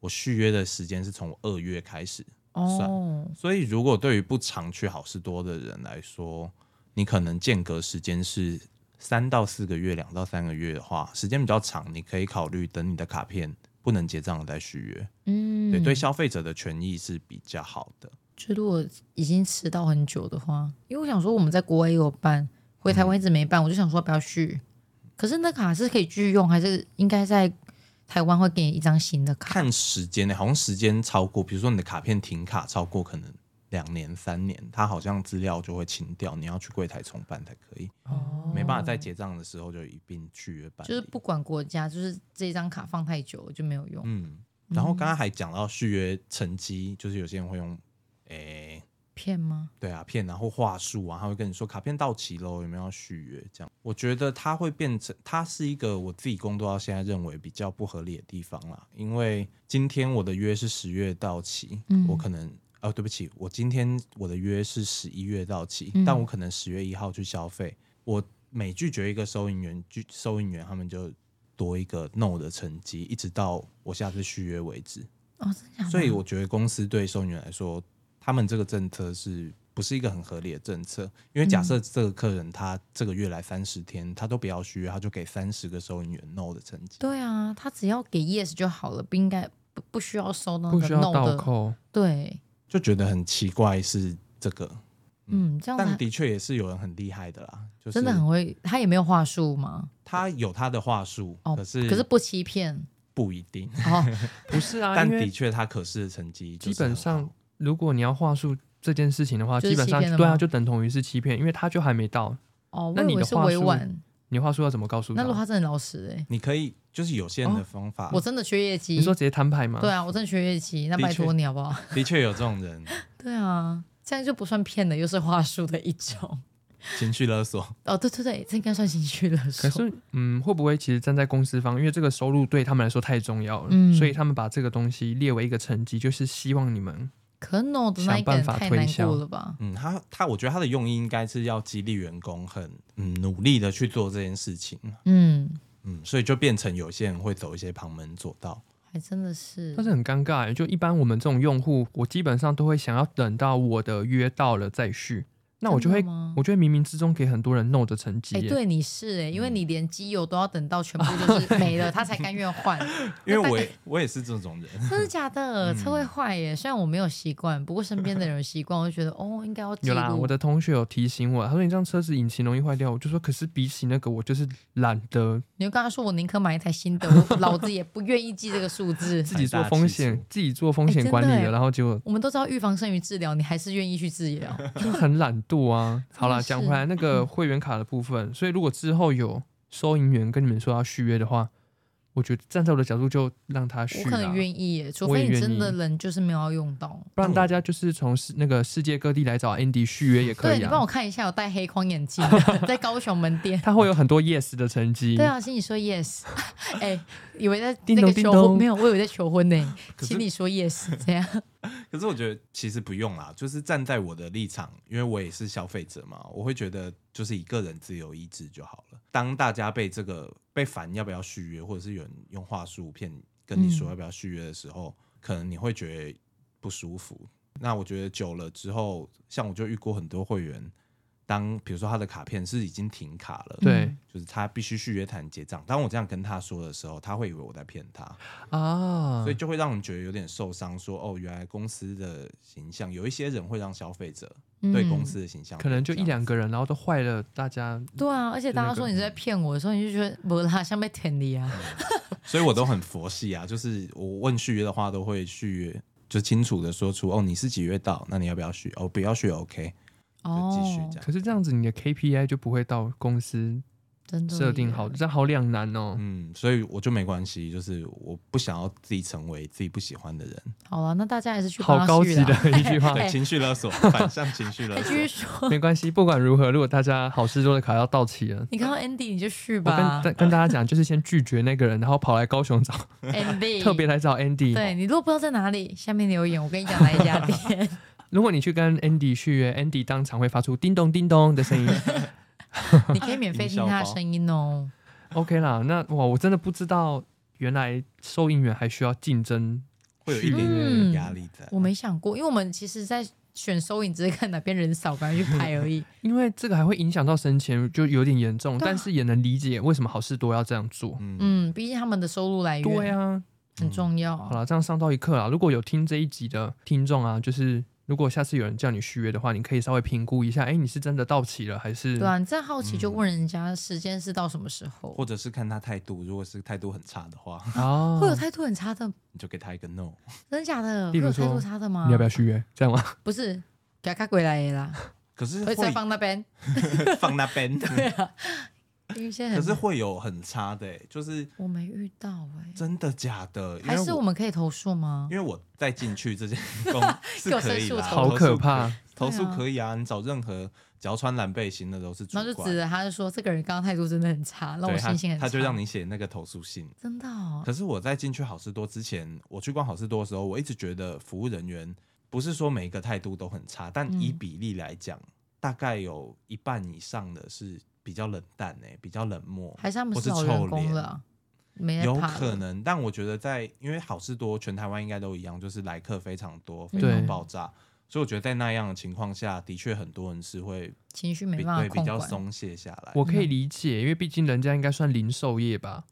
[SPEAKER 1] 我续约的时间是从我二月开始。
[SPEAKER 3] 哦，
[SPEAKER 1] 所以，如果对于不常去好事多的人来说，你可能间隔时间是三到四个月、两到三个月的话，时间比较长，你可以考虑等你的卡片不能结账了再续约。
[SPEAKER 3] 嗯，
[SPEAKER 1] 对，对消费者的权益是比较好的。
[SPEAKER 3] 就如果已经迟到很久的话，因为我想说我们在国外也有办，回台湾一直没办，我就想说不要续。可是那卡是可以继续用，还是应该在台湾会给你一张新的卡？
[SPEAKER 1] 看时间呢，好像时间超过，比如说你的卡片停卡超过可能两年、三年，它好像资料就会清掉，你要去柜台重办才可以，
[SPEAKER 2] 哦，
[SPEAKER 1] 没办法在结账的时候就一并续约办理。
[SPEAKER 3] 就是不管国家，就是这张卡放太久了就没有
[SPEAKER 1] 嗯
[SPEAKER 3] 用。
[SPEAKER 1] 嗯，然后刚刚还讲到续约成绩，就是有些人会用诶、
[SPEAKER 3] 骗吗？
[SPEAKER 1] 对啊，骗然后话术啊，他会跟你说卡片到期喽，有没有要续约？这样，我觉得它会变成，它是一个我自己工作到现在认为比较不合理的地方啦。因为今天我的约是十月到期，
[SPEAKER 3] 嗯
[SPEAKER 1] 我可能哦，对不起，我今天我的约是十一月到期，
[SPEAKER 3] 嗯
[SPEAKER 1] 但我可能十月一号去消费，我每拒绝一个收银员，拒收银员他们就多一个 no 的成绩，一直到我下次续约为止。
[SPEAKER 3] 哦，真的假的？
[SPEAKER 1] 所以我觉得公司对收银员来说，他们这个政策是不是一个很合理的政策？因为假设
[SPEAKER 3] 嗯
[SPEAKER 1] 这个客人他这个月来三十天，他都不要续约，他就给三十个收银员 no 的成绩。
[SPEAKER 3] 对啊，他只要给 yes 就好了，不应该不不需要收那
[SPEAKER 2] 不
[SPEAKER 3] 个
[SPEAKER 2] 需要
[SPEAKER 3] no
[SPEAKER 2] 倒
[SPEAKER 3] 的。
[SPEAKER 2] 扣。
[SPEAKER 3] 对，
[SPEAKER 1] 就觉得很奇怪是这个，
[SPEAKER 3] 嗯，这样
[SPEAKER 1] 但
[SPEAKER 3] 他
[SPEAKER 1] 的确也是有人很厉害的啦，就是
[SPEAKER 3] 真的很会，他也没有话术吗？
[SPEAKER 1] 他有他的话术，
[SPEAKER 3] 哦，
[SPEAKER 1] 可是
[SPEAKER 3] 可是不欺骗
[SPEAKER 1] 不一定。
[SPEAKER 3] 哦，
[SPEAKER 2] 不是啊，
[SPEAKER 1] *laughs* 但
[SPEAKER 2] 因
[SPEAKER 1] 的
[SPEAKER 2] 为
[SPEAKER 1] 确，他可视的成绩就
[SPEAKER 2] 基
[SPEAKER 1] 是很
[SPEAKER 2] 本上
[SPEAKER 1] 好，
[SPEAKER 2] 如果你要话术这件事情的话，
[SPEAKER 3] 就是
[SPEAKER 2] 基本上
[SPEAKER 3] 欺骗了吗
[SPEAKER 2] 对啊，就等同于是欺骗，因为他就还没到，
[SPEAKER 3] 哦，我
[SPEAKER 2] 那
[SPEAKER 3] 以
[SPEAKER 2] 你
[SPEAKER 3] 为
[SPEAKER 2] 的
[SPEAKER 3] 是
[SPEAKER 2] 话
[SPEAKER 3] 委
[SPEAKER 2] 术
[SPEAKER 3] 婉。
[SPEAKER 2] 你话术要怎么告诉
[SPEAKER 3] 那如果
[SPEAKER 2] 他？
[SPEAKER 3] 他真的很老实哎、
[SPEAKER 1] 你可以就是有限的方法，
[SPEAKER 3] 哦我真的缺业绩
[SPEAKER 2] 啊你。说直接摊牌吗？
[SPEAKER 3] 对啊，我真的缺业绩，那
[SPEAKER 1] 的
[SPEAKER 3] 拜
[SPEAKER 1] 确
[SPEAKER 3] 托你好不好？ *laughs*
[SPEAKER 1] 的确有这种人
[SPEAKER 3] 对啊，这样就不算骗的，又是话术的一种。
[SPEAKER 1] 情绪勒索，
[SPEAKER 3] 哦，对对对，这应该算情绪勒索。
[SPEAKER 2] 可是，嗯，会不会其实站在公司方，因为这个收入对他们来说太重要了，
[SPEAKER 3] 嗯
[SPEAKER 2] 所以他们把这个东西列为一个成绩，就是希望你们
[SPEAKER 3] 可能 no 的那一
[SPEAKER 2] 想
[SPEAKER 3] 个
[SPEAKER 2] 办
[SPEAKER 3] 人
[SPEAKER 2] 法
[SPEAKER 3] 太
[SPEAKER 2] 推
[SPEAKER 3] 难
[SPEAKER 2] 销
[SPEAKER 3] 过了吧？
[SPEAKER 1] 嗯，他他，我觉得他的用意应该是要激励员工很嗯努力的去做这件事情，啊
[SPEAKER 3] 嗯，
[SPEAKER 1] 嗯，所以就变成有些人会走一些旁门左道，
[SPEAKER 3] 还真的是
[SPEAKER 2] 但。是很尴尬耶，欸就一般我们这种用户，我基本上都会想要等到我的约到了再续，那我就
[SPEAKER 3] 真的
[SPEAKER 2] 会，
[SPEAKER 3] 吗
[SPEAKER 2] 我就会冥冥之中给很多人 no 的成绩
[SPEAKER 3] 哎、
[SPEAKER 2] 耶。
[SPEAKER 3] 对，你是哎、因
[SPEAKER 2] 嗯
[SPEAKER 3] 为你连基友都要等到全部
[SPEAKER 2] *laughs*
[SPEAKER 3] 就是没了，他才甘愿换，
[SPEAKER 1] 因为我
[SPEAKER 3] 那大
[SPEAKER 1] 也我也是这种人，
[SPEAKER 3] 真的
[SPEAKER 2] *laughs*
[SPEAKER 3] 假的？
[SPEAKER 2] 嗯
[SPEAKER 3] 车会坏耶、虽然我没有习惯，不过身边的人有习惯，我就觉得哦，应该要记
[SPEAKER 2] 有啦，
[SPEAKER 3] 录
[SPEAKER 2] 我的同学有提醒我，他说你这样车子引擎容易坏掉，我就说可是比起那个，我就是懒得
[SPEAKER 3] 你就跟他说，我宁可买一台新的，我老子也不愿意记这个数字。
[SPEAKER 2] 自己做风
[SPEAKER 1] 财大气
[SPEAKER 2] 险
[SPEAKER 1] 粗，
[SPEAKER 2] 自己做风险
[SPEAKER 3] 哎
[SPEAKER 2] 管理
[SPEAKER 3] 真的
[SPEAKER 2] 的，
[SPEAKER 3] 耶
[SPEAKER 2] 然后结果
[SPEAKER 3] 我们都知道预防胜于治疗，你还是愿意去治
[SPEAKER 2] *laughs*
[SPEAKER 3] 疗。
[SPEAKER 2] 就很懒惰
[SPEAKER 3] *laughs*
[SPEAKER 2] 啊。好啦，
[SPEAKER 3] 是嗯
[SPEAKER 2] 讲回来那个会员卡的部分，所以如果之后有收银员跟你们说要续约的话，我觉得站在我的角度就让他续
[SPEAKER 3] 我可
[SPEAKER 2] 啦
[SPEAKER 3] 能，愿意耶，除
[SPEAKER 2] 啊我也
[SPEAKER 3] 非你
[SPEAKER 2] 愿
[SPEAKER 3] 真的
[SPEAKER 2] 意
[SPEAKER 3] 人就是没有要用到。
[SPEAKER 2] 不然大家就是从世那个世界各地来找 Andy 续约也可
[SPEAKER 3] 对
[SPEAKER 2] 以
[SPEAKER 3] 你帮
[SPEAKER 2] 啊。
[SPEAKER 3] 我看一下，有戴黑框眼
[SPEAKER 2] *laughs*
[SPEAKER 3] 镜的在高雄门店。
[SPEAKER 2] 他会有很多 yes 的成绩，
[SPEAKER 3] 对啊，心里说 yes，哎、 *laughs* 以为在
[SPEAKER 2] 叮
[SPEAKER 3] 那个
[SPEAKER 2] 咚叮
[SPEAKER 3] 求婚，
[SPEAKER 2] 咚
[SPEAKER 3] 没有，我以为在求婚呢。
[SPEAKER 1] 可
[SPEAKER 3] 心
[SPEAKER 1] 是
[SPEAKER 3] 里说 yes，这样
[SPEAKER 1] 可是我觉得其实不用啦，就是站在我的立场，因为我也是消费者嘛，我会觉得就是以个人自由意志就好了。当大家被这个被烦要不要续约，或者是有人用话术骗跟你说
[SPEAKER 3] 嗯
[SPEAKER 1] 要不要续约的时候，可能你会觉得不舒服。那我觉得久了之后，像我就遇过很多会员，当比如说他的卡片是已经停卡了，
[SPEAKER 2] *laughs* 对
[SPEAKER 1] 就是他必须续约才能结账。当我这样跟他说的时候，他会以为我在骗他。
[SPEAKER 2] 啊
[SPEAKER 3] 嗯
[SPEAKER 1] 所以，就会让人觉得有点受伤，说哦，原来公司的形象，有一些人会让消费者
[SPEAKER 3] 嗯
[SPEAKER 1] 对公、司的形象变
[SPEAKER 2] 可
[SPEAKER 1] 这样、
[SPEAKER 2] 能就一两个人，然后都坏了大家
[SPEAKER 3] 嗯对啊，而且大家说你是
[SPEAKER 2] 嗯
[SPEAKER 3] 在骗我的时候，你就觉得不啦，像被舔你啊。
[SPEAKER 1] *laughs* 所以我都很佛系啊，就是我问续约的话，都会续约，就清楚的说出哦，你是几月到，那你要不要续？哦，不要续，OK，就继续
[SPEAKER 3] 哦
[SPEAKER 1] 这，样。
[SPEAKER 2] 可是这样子，你的 KPI 就不会到公司
[SPEAKER 3] 真的
[SPEAKER 2] 设定好，
[SPEAKER 3] 耶
[SPEAKER 2] 这样好两难哦。
[SPEAKER 1] 嗯，所以我就没关系，就是我不想要自己成为自己不喜欢的
[SPEAKER 3] *laughs*
[SPEAKER 1] 人，
[SPEAKER 3] 好了，那大家还是去帮
[SPEAKER 2] 好
[SPEAKER 3] 他
[SPEAKER 2] 高
[SPEAKER 3] 续
[SPEAKER 2] 级
[SPEAKER 3] 啦
[SPEAKER 2] 的一句
[SPEAKER 3] *laughs*
[SPEAKER 2] 话。
[SPEAKER 1] 对，
[SPEAKER 3] 哎
[SPEAKER 1] 情绪勒索，反向情绪勒
[SPEAKER 3] *laughs* 哎继
[SPEAKER 1] 索。
[SPEAKER 3] 续说，
[SPEAKER 2] 没关系，不管如何，如果大家好事多的卡要到期了，
[SPEAKER 3] 你看到 Andy 你就续
[SPEAKER 2] 我跟
[SPEAKER 3] 吧
[SPEAKER 2] 跟跟大家讲，就是先拒绝那个人，然后跑来高雄找，
[SPEAKER 3] ，Andy
[SPEAKER 2] *laughs* 特别来找 Andy。
[SPEAKER 3] 对，你如果不知道在哪里，下面留言，我跟你讲哪一家店。
[SPEAKER 2] 如果你去跟 Andy 续约，Andy 当场会发出叮咚叮咚的声
[SPEAKER 3] *laughs*
[SPEAKER 2] 音。
[SPEAKER 3] 你可以免费听他的声音哦。
[SPEAKER 2] OK 啦，那哇，我真的不知道原来收银员还需要竞争，
[SPEAKER 1] 会有一点点压力在，
[SPEAKER 3] 我没想过，因为我们其实，在选收银只是看哪边人少，赶快去排
[SPEAKER 2] *laughs*
[SPEAKER 3] 而已。
[SPEAKER 2] 因为这个还会影响到升迁，就有点严重。
[SPEAKER 3] 对啊
[SPEAKER 2] 但是也能理解为什么好事多要这样做。
[SPEAKER 1] 嗯，
[SPEAKER 3] 嗯，毕竟他们的收入来
[SPEAKER 2] 对
[SPEAKER 3] 源
[SPEAKER 2] 啊，嗯
[SPEAKER 3] 很重要。
[SPEAKER 2] 好了，这样上到一课啦。如果有听这一集的听众啊，就是如果下次有人叫你续约的话，你可以稍微评估一下，哎、你是真的到期了还是？
[SPEAKER 3] 对啊，你这样好奇就问人家时间是到什么时候
[SPEAKER 1] 或？者是看他态度，如果是态度很差的话， *laughs*
[SPEAKER 2] 哦
[SPEAKER 3] 会有态度很差的，
[SPEAKER 1] 你就给他一个 no。
[SPEAKER 3] 真的假的？
[SPEAKER 2] 例
[SPEAKER 3] 会
[SPEAKER 2] 如
[SPEAKER 3] 有态
[SPEAKER 2] 说
[SPEAKER 3] 度差的吗？
[SPEAKER 2] 你要不要？续约？这样吗？
[SPEAKER 3] 不是，给他鬼来的啦，
[SPEAKER 1] 可是
[SPEAKER 3] 会
[SPEAKER 1] 会
[SPEAKER 3] 再放
[SPEAKER 2] *laughs*
[SPEAKER 3] 那边。
[SPEAKER 1] *laughs* 放那边。
[SPEAKER 3] *laughs* 对啊，因为现在
[SPEAKER 1] *laughs* 可是
[SPEAKER 3] 很
[SPEAKER 1] 会有很差的欸、就是
[SPEAKER 3] 我没遇到哎，
[SPEAKER 1] 真的假的？因
[SPEAKER 3] 还
[SPEAKER 1] 为
[SPEAKER 3] 是我们可以投诉吗
[SPEAKER 1] 因？为我再进去这间工是
[SPEAKER 3] 给我 *laughs*
[SPEAKER 1] 可
[SPEAKER 3] 申
[SPEAKER 1] 以
[SPEAKER 3] 诉
[SPEAKER 1] 啦，
[SPEAKER 2] 好
[SPEAKER 3] 投
[SPEAKER 2] 可怕！
[SPEAKER 1] 投诉
[SPEAKER 3] 对啊
[SPEAKER 1] 可以啊，你找任何只要穿蓝背心的都是主
[SPEAKER 3] 然后就指
[SPEAKER 1] 管，
[SPEAKER 3] 着他就说：“这个人刚刚态度真的很差，让我
[SPEAKER 1] 对他
[SPEAKER 3] 心情很差。”
[SPEAKER 1] 他就让你写那个投诉信。
[SPEAKER 3] 真的哦，
[SPEAKER 1] 可是我在进去好事多之前，我去逛好事多的时候，我一直觉得服务人员不是说每一个态度都很差，但
[SPEAKER 3] 嗯
[SPEAKER 1] 以比例来讲，大概有一半以上的是比较冷淡诶、比较冷漠，
[SPEAKER 3] 还是他们
[SPEAKER 1] 或是
[SPEAKER 3] 是
[SPEAKER 1] 臭
[SPEAKER 3] 老员工
[SPEAKER 1] 脸
[SPEAKER 3] 了啊，没在
[SPEAKER 1] 有
[SPEAKER 3] 怕了
[SPEAKER 1] 可能。但我觉得在因为好事多全台湾应该都一样，就是来客非常多，非
[SPEAKER 2] 对
[SPEAKER 1] 常爆炸，所以我觉得在那样的情况下，的确很多人是会
[SPEAKER 3] 情绪
[SPEAKER 1] 比
[SPEAKER 3] 没办
[SPEAKER 1] 对
[SPEAKER 3] 法
[SPEAKER 1] 比
[SPEAKER 3] 控
[SPEAKER 1] 较
[SPEAKER 3] 管。
[SPEAKER 1] 松懈下来。
[SPEAKER 2] 我可以理解，因为毕竟人家应该算零售业吧。